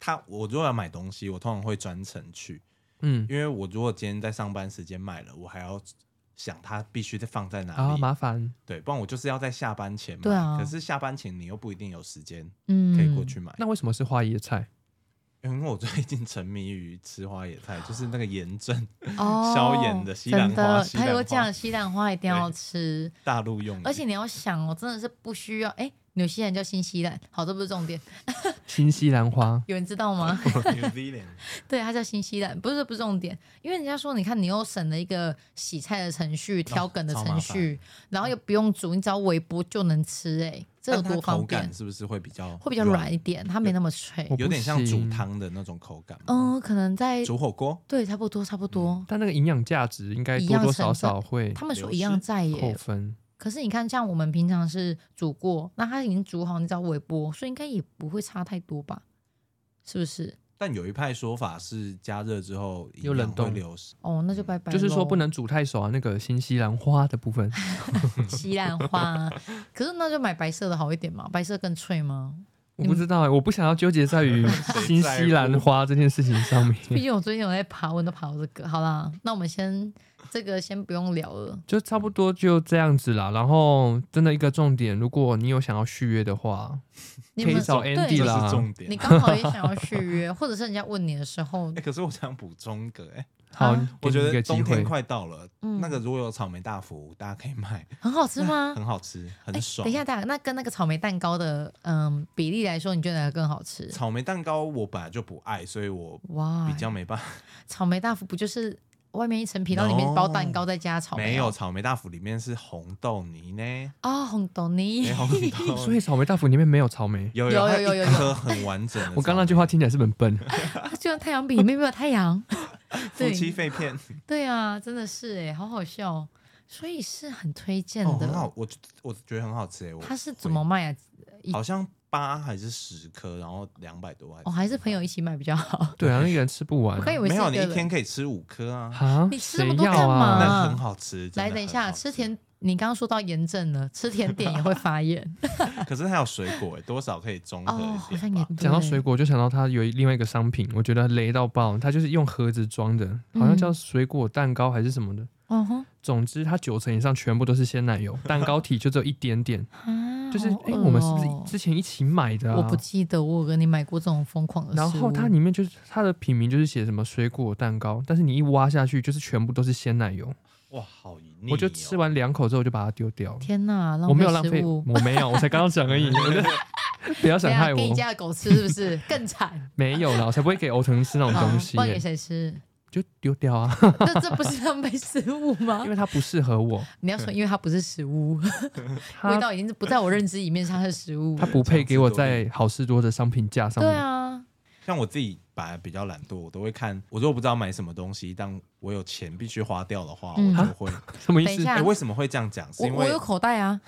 [SPEAKER 1] 它。我如果要买东西，我通常会专程去，
[SPEAKER 2] 嗯，
[SPEAKER 1] 因为我如果今天在上班时间买了，我还要想它必须得放在哪
[SPEAKER 2] 啊，
[SPEAKER 1] 里，
[SPEAKER 2] 麻烦，
[SPEAKER 1] 对，不然我就是要在下班前买。
[SPEAKER 3] 对啊
[SPEAKER 1] 可是下班前你又不一定有时间
[SPEAKER 3] 嗯，
[SPEAKER 1] 可以过去买，
[SPEAKER 2] 那为什么是花椰菜？
[SPEAKER 1] 因为我最近沉迷于吃花野菜，就是那个炎症，
[SPEAKER 3] 哦，
[SPEAKER 1] 消炎的西兰
[SPEAKER 3] 真的
[SPEAKER 1] 花，西兰
[SPEAKER 3] 他有
[SPEAKER 1] 花
[SPEAKER 3] 讲西兰花一定要吃，
[SPEAKER 1] 大陆用的，
[SPEAKER 3] 而且你要想哦，真的是不需要哎。纽西兰叫新西兰，好，这不是重点，
[SPEAKER 2] 新西兰花，
[SPEAKER 3] 有人知
[SPEAKER 1] *laughs*
[SPEAKER 3] 道吗？
[SPEAKER 1] New Zealand
[SPEAKER 3] *laughs* 对，它叫新西兰，不是不是重点，因为人家说，你看你又省了一个洗菜的程序、挑梗的
[SPEAKER 1] 哦超
[SPEAKER 3] 程
[SPEAKER 1] 麻
[SPEAKER 3] 序，然后又不用煮，你只要微波就能吃、哎，这
[SPEAKER 1] 但
[SPEAKER 3] 有
[SPEAKER 1] 它
[SPEAKER 3] 多
[SPEAKER 1] 口
[SPEAKER 3] 方便
[SPEAKER 1] 感？是不是会比较
[SPEAKER 3] 会比较软一点，它没那么脆
[SPEAKER 2] 我。
[SPEAKER 1] 有点像
[SPEAKER 2] 不
[SPEAKER 1] 煮
[SPEAKER 2] 行
[SPEAKER 1] 汤的那种口感吗。
[SPEAKER 3] 嗯，可能在
[SPEAKER 1] 煮火锅
[SPEAKER 3] 对，差不多差不多。
[SPEAKER 2] 但那个营养价值应该
[SPEAKER 3] 一
[SPEAKER 2] 多
[SPEAKER 3] 样
[SPEAKER 2] 多
[SPEAKER 3] 成
[SPEAKER 2] 少少
[SPEAKER 3] 分
[SPEAKER 2] 会
[SPEAKER 3] 他们说
[SPEAKER 1] 流
[SPEAKER 3] 一样
[SPEAKER 1] 失
[SPEAKER 3] 在
[SPEAKER 2] 扣
[SPEAKER 3] 耶，
[SPEAKER 2] 分。
[SPEAKER 3] 可是你看，像我们平常是煮过，那它已经煮好，你只要微波，所以应该也不会差太多吧？是不是？
[SPEAKER 1] 但有一派说法是加热之后营
[SPEAKER 2] 又冷
[SPEAKER 1] 养会
[SPEAKER 2] 冻
[SPEAKER 1] 流失，
[SPEAKER 3] 哦，那就拜拜。
[SPEAKER 2] 就是说不。能煮太熟啊，那个新西兰花的部
[SPEAKER 3] *laughs*
[SPEAKER 2] 分，
[SPEAKER 3] 西兰花，啊可是那就买白色的好一点嘛，白色更脆吗？
[SPEAKER 2] 我不知道、欸，我不想要纠结在
[SPEAKER 3] *laughs*
[SPEAKER 2] 于新西兰花这件事情上
[SPEAKER 3] 毕
[SPEAKER 2] 面，
[SPEAKER 3] 竟我最近有在爬文，都爬到这个。好啦，那我们先这个先不用聊了。
[SPEAKER 2] 就差不多就这样子啦。然后真的一个重点，如果你有想要续约的话，
[SPEAKER 3] 你
[SPEAKER 2] 可以
[SPEAKER 3] 们
[SPEAKER 2] 找
[SPEAKER 3] 对
[SPEAKER 2] Andy
[SPEAKER 1] 这
[SPEAKER 2] 啦
[SPEAKER 1] 是重
[SPEAKER 3] 你
[SPEAKER 1] 点。
[SPEAKER 3] 刚好也想要续约，或者是人家问你的时候
[SPEAKER 1] 哎、，可是我想补充一个、哎，
[SPEAKER 2] 好，
[SPEAKER 3] 啊
[SPEAKER 1] 我
[SPEAKER 2] 给
[SPEAKER 1] 觉
[SPEAKER 2] 你一
[SPEAKER 1] 得
[SPEAKER 2] 个机
[SPEAKER 1] 冬天
[SPEAKER 2] 会。
[SPEAKER 1] 快到了，
[SPEAKER 3] 嗯
[SPEAKER 1] 那个如果有草莓大福，大家可以买，
[SPEAKER 3] 很好吃吗？
[SPEAKER 1] 很好吃，很爽。
[SPEAKER 3] 哎等一下，大家那跟那个草莓蛋糕的嗯比例来说，你觉得哪个更好吃？
[SPEAKER 1] 草莓蛋糕我本来就不爱，所以我
[SPEAKER 3] 哇，
[SPEAKER 1] 比较没办法。
[SPEAKER 3] 哎草莓大福不就是外面一层皮，然后里面包蛋糕再加草莓哦？
[SPEAKER 1] 没有草莓大福里面是红豆泥呢，
[SPEAKER 3] 啊，红豆泥
[SPEAKER 1] 没红 *laughs* 豆。
[SPEAKER 2] 所以草莓大福里面没有草莓，
[SPEAKER 1] 有
[SPEAKER 3] 有
[SPEAKER 1] 有
[SPEAKER 3] 有有有
[SPEAKER 1] 它一颗很完整的草莓。
[SPEAKER 2] 我刚刚那句话听起来是不是很笨，
[SPEAKER 3] 就像太阳饼里 *laughs* 面没有太阳。
[SPEAKER 1] *laughs* *laughs* 夫妻
[SPEAKER 3] 对
[SPEAKER 1] 肺片
[SPEAKER 3] 对啊，真的是哎，好好笑哦，所以是很推荐
[SPEAKER 1] 哦，
[SPEAKER 3] 的。
[SPEAKER 1] 很好，我我觉得很好吃哎、我
[SPEAKER 3] 它是怎么卖啊？一
[SPEAKER 1] 好像八还是十颗，然后两百多还是
[SPEAKER 3] 哦，还是朋友一起买比较好。
[SPEAKER 2] 对啊，那个人吃不完
[SPEAKER 3] 我刚以为
[SPEAKER 1] 嗯
[SPEAKER 3] 是
[SPEAKER 1] 没有，你
[SPEAKER 3] 个
[SPEAKER 1] 一
[SPEAKER 3] 人
[SPEAKER 1] 天可以吃五颗啊，
[SPEAKER 2] 啊，
[SPEAKER 3] 你吃那
[SPEAKER 2] 谁
[SPEAKER 3] 么多
[SPEAKER 2] 要
[SPEAKER 3] 干嘛
[SPEAKER 2] 啊？
[SPEAKER 1] 那很好吃。真的
[SPEAKER 3] 来，等一
[SPEAKER 1] 很
[SPEAKER 3] 下，
[SPEAKER 1] 好
[SPEAKER 3] 吃甜，你刚刚说到炎症了，吃甜点也会发炎
[SPEAKER 1] *laughs* 可是它有水果哎，多少可以中和
[SPEAKER 3] 哦，好
[SPEAKER 1] 一
[SPEAKER 3] 像
[SPEAKER 1] 点
[SPEAKER 3] 也
[SPEAKER 1] 吧。
[SPEAKER 3] 对
[SPEAKER 2] 讲到水果，就想到它有另外一个商品，我觉得雷到爆，它就是用盒子装的，
[SPEAKER 3] 嗯
[SPEAKER 2] 好像叫水果蛋糕还是什么的。
[SPEAKER 3] 哦吼
[SPEAKER 2] 总之，它九成以上全部都是鲜奶油，蛋糕体就只有一点点。
[SPEAKER 3] 啊，
[SPEAKER 2] 就是
[SPEAKER 3] *laughs* 好
[SPEAKER 2] 哎、
[SPEAKER 3] 饿
[SPEAKER 2] 我们是不
[SPEAKER 3] 哦
[SPEAKER 2] 是之前一起买的、啊？
[SPEAKER 3] 我不记得我有跟你买过这种疯狂的
[SPEAKER 2] 然
[SPEAKER 3] 食物。
[SPEAKER 2] 后它里面就是它的品名就是写什么水果蛋糕，但是你一挖下去就是全部都是鲜奶油，
[SPEAKER 1] 哇，好腻哦！
[SPEAKER 2] 我就吃完两口之后就把它丢掉了。
[SPEAKER 3] 天哪，
[SPEAKER 2] 我没有浪
[SPEAKER 3] 浪费
[SPEAKER 2] 费，
[SPEAKER 3] 食物。啊
[SPEAKER 2] 我没有，我才刚刚讲而已。
[SPEAKER 3] *laughs*
[SPEAKER 2] 我就不要想
[SPEAKER 3] 等一下
[SPEAKER 2] 害
[SPEAKER 3] 给你
[SPEAKER 2] 我，
[SPEAKER 3] 家的狗吃是
[SPEAKER 2] *laughs*
[SPEAKER 3] 不是更惨？
[SPEAKER 2] 没有啦，我才不会给欧腾吃那种
[SPEAKER 3] 好
[SPEAKER 2] 东西
[SPEAKER 3] 嗯不然给
[SPEAKER 2] 耶、
[SPEAKER 3] 谁吃？
[SPEAKER 2] 就丢掉
[SPEAKER 3] *laughs*
[SPEAKER 2] 啊。
[SPEAKER 3] 这这不是浪费食物吗
[SPEAKER 2] *laughs* 因？为它不适合我，
[SPEAKER 3] 你要说，因为它不是食物，味
[SPEAKER 2] 它
[SPEAKER 3] 道已经是不在我认知里面，它是食物
[SPEAKER 2] 它。不配给我在好事多的商品架上
[SPEAKER 3] 对
[SPEAKER 2] 面。
[SPEAKER 3] 啊，
[SPEAKER 1] 像我自己本来比较懒惰，我都会看。我如果不知道买什么东西，但我有钱必须花掉的话，我
[SPEAKER 3] 嗯
[SPEAKER 1] 就会。
[SPEAKER 2] 什么意
[SPEAKER 3] 等一
[SPEAKER 2] 思？
[SPEAKER 3] 下
[SPEAKER 1] 哎，为什么会这样讲？是 *laughs*
[SPEAKER 3] 我
[SPEAKER 1] 因
[SPEAKER 3] 我
[SPEAKER 1] 为
[SPEAKER 3] 有口袋啊，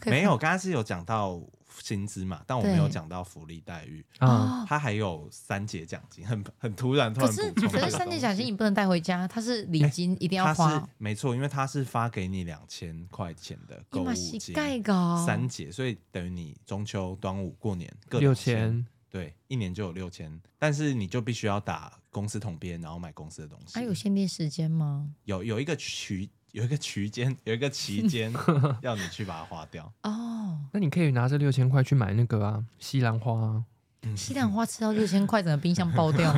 [SPEAKER 3] 可以
[SPEAKER 1] 没有，刚刚是有讲到薪资嘛，但我没有讲到福利待遇，
[SPEAKER 2] 啊，
[SPEAKER 3] 哦，
[SPEAKER 1] 它还有三节奖金，很很突然，突
[SPEAKER 3] 可
[SPEAKER 1] 然
[SPEAKER 3] 是
[SPEAKER 1] 补充这
[SPEAKER 3] 可
[SPEAKER 1] 个
[SPEAKER 3] 是三
[SPEAKER 1] 东
[SPEAKER 3] 节
[SPEAKER 1] 西
[SPEAKER 3] 奖金你不能带回家，它是礼金，一定要
[SPEAKER 1] 它是
[SPEAKER 3] 花。
[SPEAKER 1] 没错，因为它是发给你两千块钱的购物
[SPEAKER 3] 嘛
[SPEAKER 1] 金，
[SPEAKER 3] 膝盖哦高，
[SPEAKER 1] 三节，所以等于你中秋、端午、过年
[SPEAKER 3] 哦
[SPEAKER 1] 各
[SPEAKER 2] 六
[SPEAKER 1] 2000，
[SPEAKER 2] 千，
[SPEAKER 1] 对，一年就有六千，但是你就必须要打公司统编，然后买公司的东西。
[SPEAKER 3] 还有限定时间吗？
[SPEAKER 1] 有有一个区，有一个区间，有一个期
[SPEAKER 3] *laughs*
[SPEAKER 1] 间要你去把它花掉。
[SPEAKER 3] 哦，
[SPEAKER 2] 那你可以拿这六千块去买那个啊，西兰花啊，
[SPEAKER 3] 西兰花吃到六千块，整个冰箱
[SPEAKER 2] *laughs*
[SPEAKER 3] 爆掉，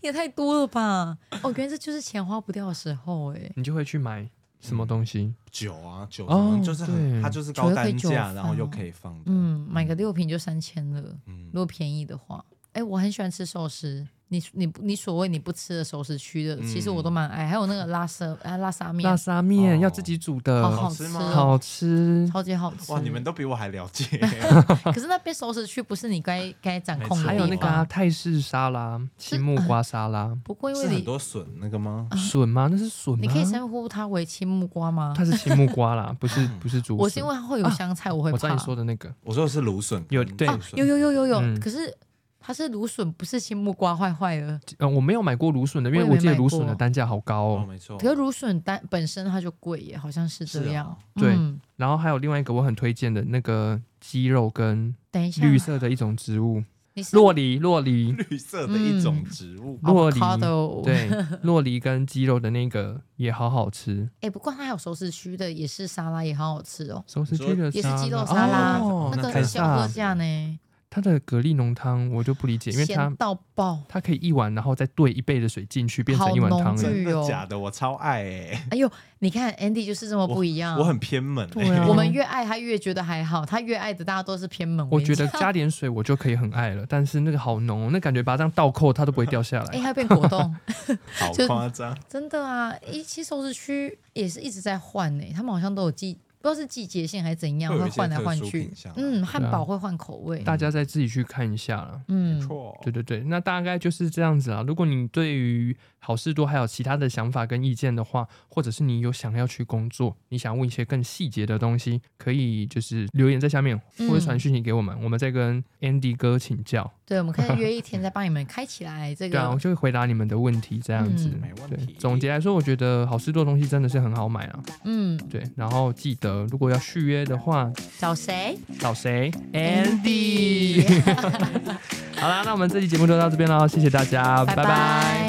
[SPEAKER 3] 也太多了吧？哦，原来这就是钱花不掉的时候哎、
[SPEAKER 2] 你就会去买什么东西？
[SPEAKER 1] 酒啊，酒什
[SPEAKER 2] 哦
[SPEAKER 1] 么就是很，
[SPEAKER 2] 对
[SPEAKER 1] 它就是高单
[SPEAKER 3] 酒可以酒
[SPEAKER 1] 价，
[SPEAKER 3] 放
[SPEAKER 1] 然后又可以放的。
[SPEAKER 3] 嗯，买个六瓶就三千了，
[SPEAKER 1] 嗯
[SPEAKER 3] 如果便宜的话。哎、我很喜欢吃寿司。你你你所谓你不吃的熟食区的，其实
[SPEAKER 1] 嗯
[SPEAKER 3] 我都蛮爱。还有那个拉丝啊拉沙面
[SPEAKER 2] 拉，沙面
[SPEAKER 1] 哦
[SPEAKER 2] 要自己煮的，
[SPEAKER 3] 好
[SPEAKER 1] 好
[SPEAKER 3] 好
[SPEAKER 1] 吃
[SPEAKER 3] 吃
[SPEAKER 1] 吗
[SPEAKER 3] 哦，
[SPEAKER 2] 好吃。
[SPEAKER 3] 超级好吃。
[SPEAKER 1] 哇，你们都比我还了解。 *laughs*
[SPEAKER 3] 可 *laughs* 是那边熟食区不是你该该掌控
[SPEAKER 1] 没
[SPEAKER 3] 的
[SPEAKER 1] 错
[SPEAKER 2] 还有那个、
[SPEAKER 3] 地
[SPEAKER 2] 啊、
[SPEAKER 3] 方
[SPEAKER 2] 泰式沙拉、青木瓜沙拉，
[SPEAKER 3] 不过因
[SPEAKER 1] 是
[SPEAKER 3] 为
[SPEAKER 1] 很
[SPEAKER 3] 你
[SPEAKER 1] 多笋那个吗？
[SPEAKER 2] 笋吗？那是笋
[SPEAKER 3] 嗯你
[SPEAKER 2] 吗
[SPEAKER 3] 可以称呼它为青木瓜吗？
[SPEAKER 2] 它是青木瓜啦，不
[SPEAKER 3] *laughs*
[SPEAKER 2] 是不是竹
[SPEAKER 3] 我是
[SPEAKER 2] 笋啊
[SPEAKER 3] 因。为它会有香菜，我会
[SPEAKER 2] 我
[SPEAKER 3] 怕。
[SPEAKER 2] 知道你说的那个，
[SPEAKER 1] 我说的是芦笋，嗯
[SPEAKER 2] 有对
[SPEAKER 1] 芦
[SPEAKER 2] 啊
[SPEAKER 1] 笋
[SPEAKER 3] 有有有有有，
[SPEAKER 2] 嗯
[SPEAKER 3] 可是它是芦笋，不是青木瓜，坏坏了。
[SPEAKER 2] 嗯，我没有买过芦笋的，因为
[SPEAKER 3] 我也没
[SPEAKER 2] 我记得
[SPEAKER 3] 买
[SPEAKER 2] 芦笋
[SPEAKER 3] 过
[SPEAKER 2] 的单价好高
[SPEAKER 1] 哦，
[SPEAKER 2] 哦。
[SPEAKER 1] 没错。
[SPEAKER 3] 可是芦笋单本身它就贵耶，好像是这
[SPEAKER 1] 是啊
[SPEAKER 3] 样。
[SPEAKER 2] 对
[SPEAKER 3] 嗯
[SPEAKER 2] 然后还有另外一个我很推荐的那个鸡肉跟
[SPEAKER 3] 等一下，
[SPEAKER 2] 绿色的一种植物，
[SPEAKER 3] 你是
[SPEAKER 2] 洛梨，洛梨，
[SPEAKER 1] 绿色的一
[SPEAKER 3] 嗯
[SPEAKER 1] 种植物，
[SPEAKER 2] 洛梨
[SPEAKER 3] avocado
[SPEAKER 2] 对，洛梨跟鸡肉的那个也好好吃，
[SPEAKER 3] 哎、不过它还有熟食区的，也是沙拉，也好好吃哦。
[SPEAKER 2] 手指
[SPEAKER 1] 你说
[SPEAKER 2] 区的
[SPEAKER 3] 也是鸡肉
[SPEAKER 2] 沙
[SPEAKER 3] 沙拉
[SPEAKER 2] 哦
[SPEAKER 3] 那
[SPEAKER 1] 那
[SPEAKER 3] 个
[SPEAKER 1] 太
[SPEAKER 3] 小
[SPEAKER 2] 辣
[SPEAKER 3] 货
[SPEAKER 2] 了
[SPEAKER 3] 架呢，
[SPEAKER 2] 它的蛤蜊浓汤我就不理解，因为它
[SPEAKER 3] 咸到爆，
[SPEAKER 2] 它可以一碗，然后再兑一倍的水进去，变成
[SPEAKER 3] 好
[SPEAKER 2] 一碗
[SPEAKER 3] 浓
[SPEAKER 2] 汤了。
[SPEAKER 1] 真
[SPEAKER 3] 郁
[SPEAKER 1] 的
[SPEAKER 3] 哦。
[SPEAKER 1] 假的？我超爱哎，
[SPEAKER 3] 哎呦，你看 Andy 就是这么不一样。
[SPEAKER 1] 我很偏门
[SPEAKER 2] 对
[SPEAKER 1] 哎。
[SPEAKER 2] 啊，
[SPEAKER 3] 啊我们越爱他越觉得还好，他越爱的大家都是偏门。
[SPEAKER 2] 我
[SPEAKER 3] 跟你
[SPEAKER 2] 觉得加点水我就可以很爱了，但是那个好浓哦，那感觉把它这样倒扣它都不会掉下
[SPEAKER 3] 讲，哎、
[SPEAKER 2] 来。
[SPEAKER 3] 还变果冻， *laughs*
[SPEAKER 1] 好
[SPEAKER 3] 就
[SPEAKER 1] 夸张。
[SPEAKER 3] 真的啊！一期收拾区也是一直在换呢、他们好像都有季，不知道是季节性还是怎样，
[SPEAKER 1] 会有
[SPEAKER 3] 会
[SPEAKER 1] 一些
[SPEAKER 3] 换来换
[SPEAKER 1] 特殊
[SPEAKER 3] 去
[SPEAKER 1] 品相啊。
[SPEAKER 3] 嗯，汉堡会换口味。
[SPEAKER 2] 大家再自己去看一下了。
[SPEAKER 3] 嗯，
[SPEAKER 1] 错
[SPEAKER 2] 对对对，那大概就是这样子啦。如果你对于好事多还有其他的想法跟意见的话，或者是你有想要去工作，你想问一些更细节的东西，可以就是留言在下面，
[SPEAKER 3] 嗯
[SPEAKER 2] 或者传讯息给我们，我们再跟 Andy 哥请教。
[SPEAKER 3] 对，我们可以约一天再帮你们开起来这
[SPEAKER 2] 对啊，我
[SPEAKER 3] 个。
[SPEAKER 2] 就会回答你们的问题，这样子。
[SPEAKER 3] 嗯
[SPEAKER 1] 没问
[SPEAKER 2] 对
[SPEAKER 1] 题，
[SPEAKER 2] 总结来说，我觉得好事多的东西真的是很好买啊。
[SPEAKER 3] 嗯，
[SPEAKER 2] 对，然后记得如果要续约的话，
[SPEAKER 3] 找谁
[SPEAKER 2] 找谁？Andy。好啦，那我们这期节目就到这边喽，谢谢大家，
[SPEAKER 3] 拜
[SPEAKER 2] 拜拜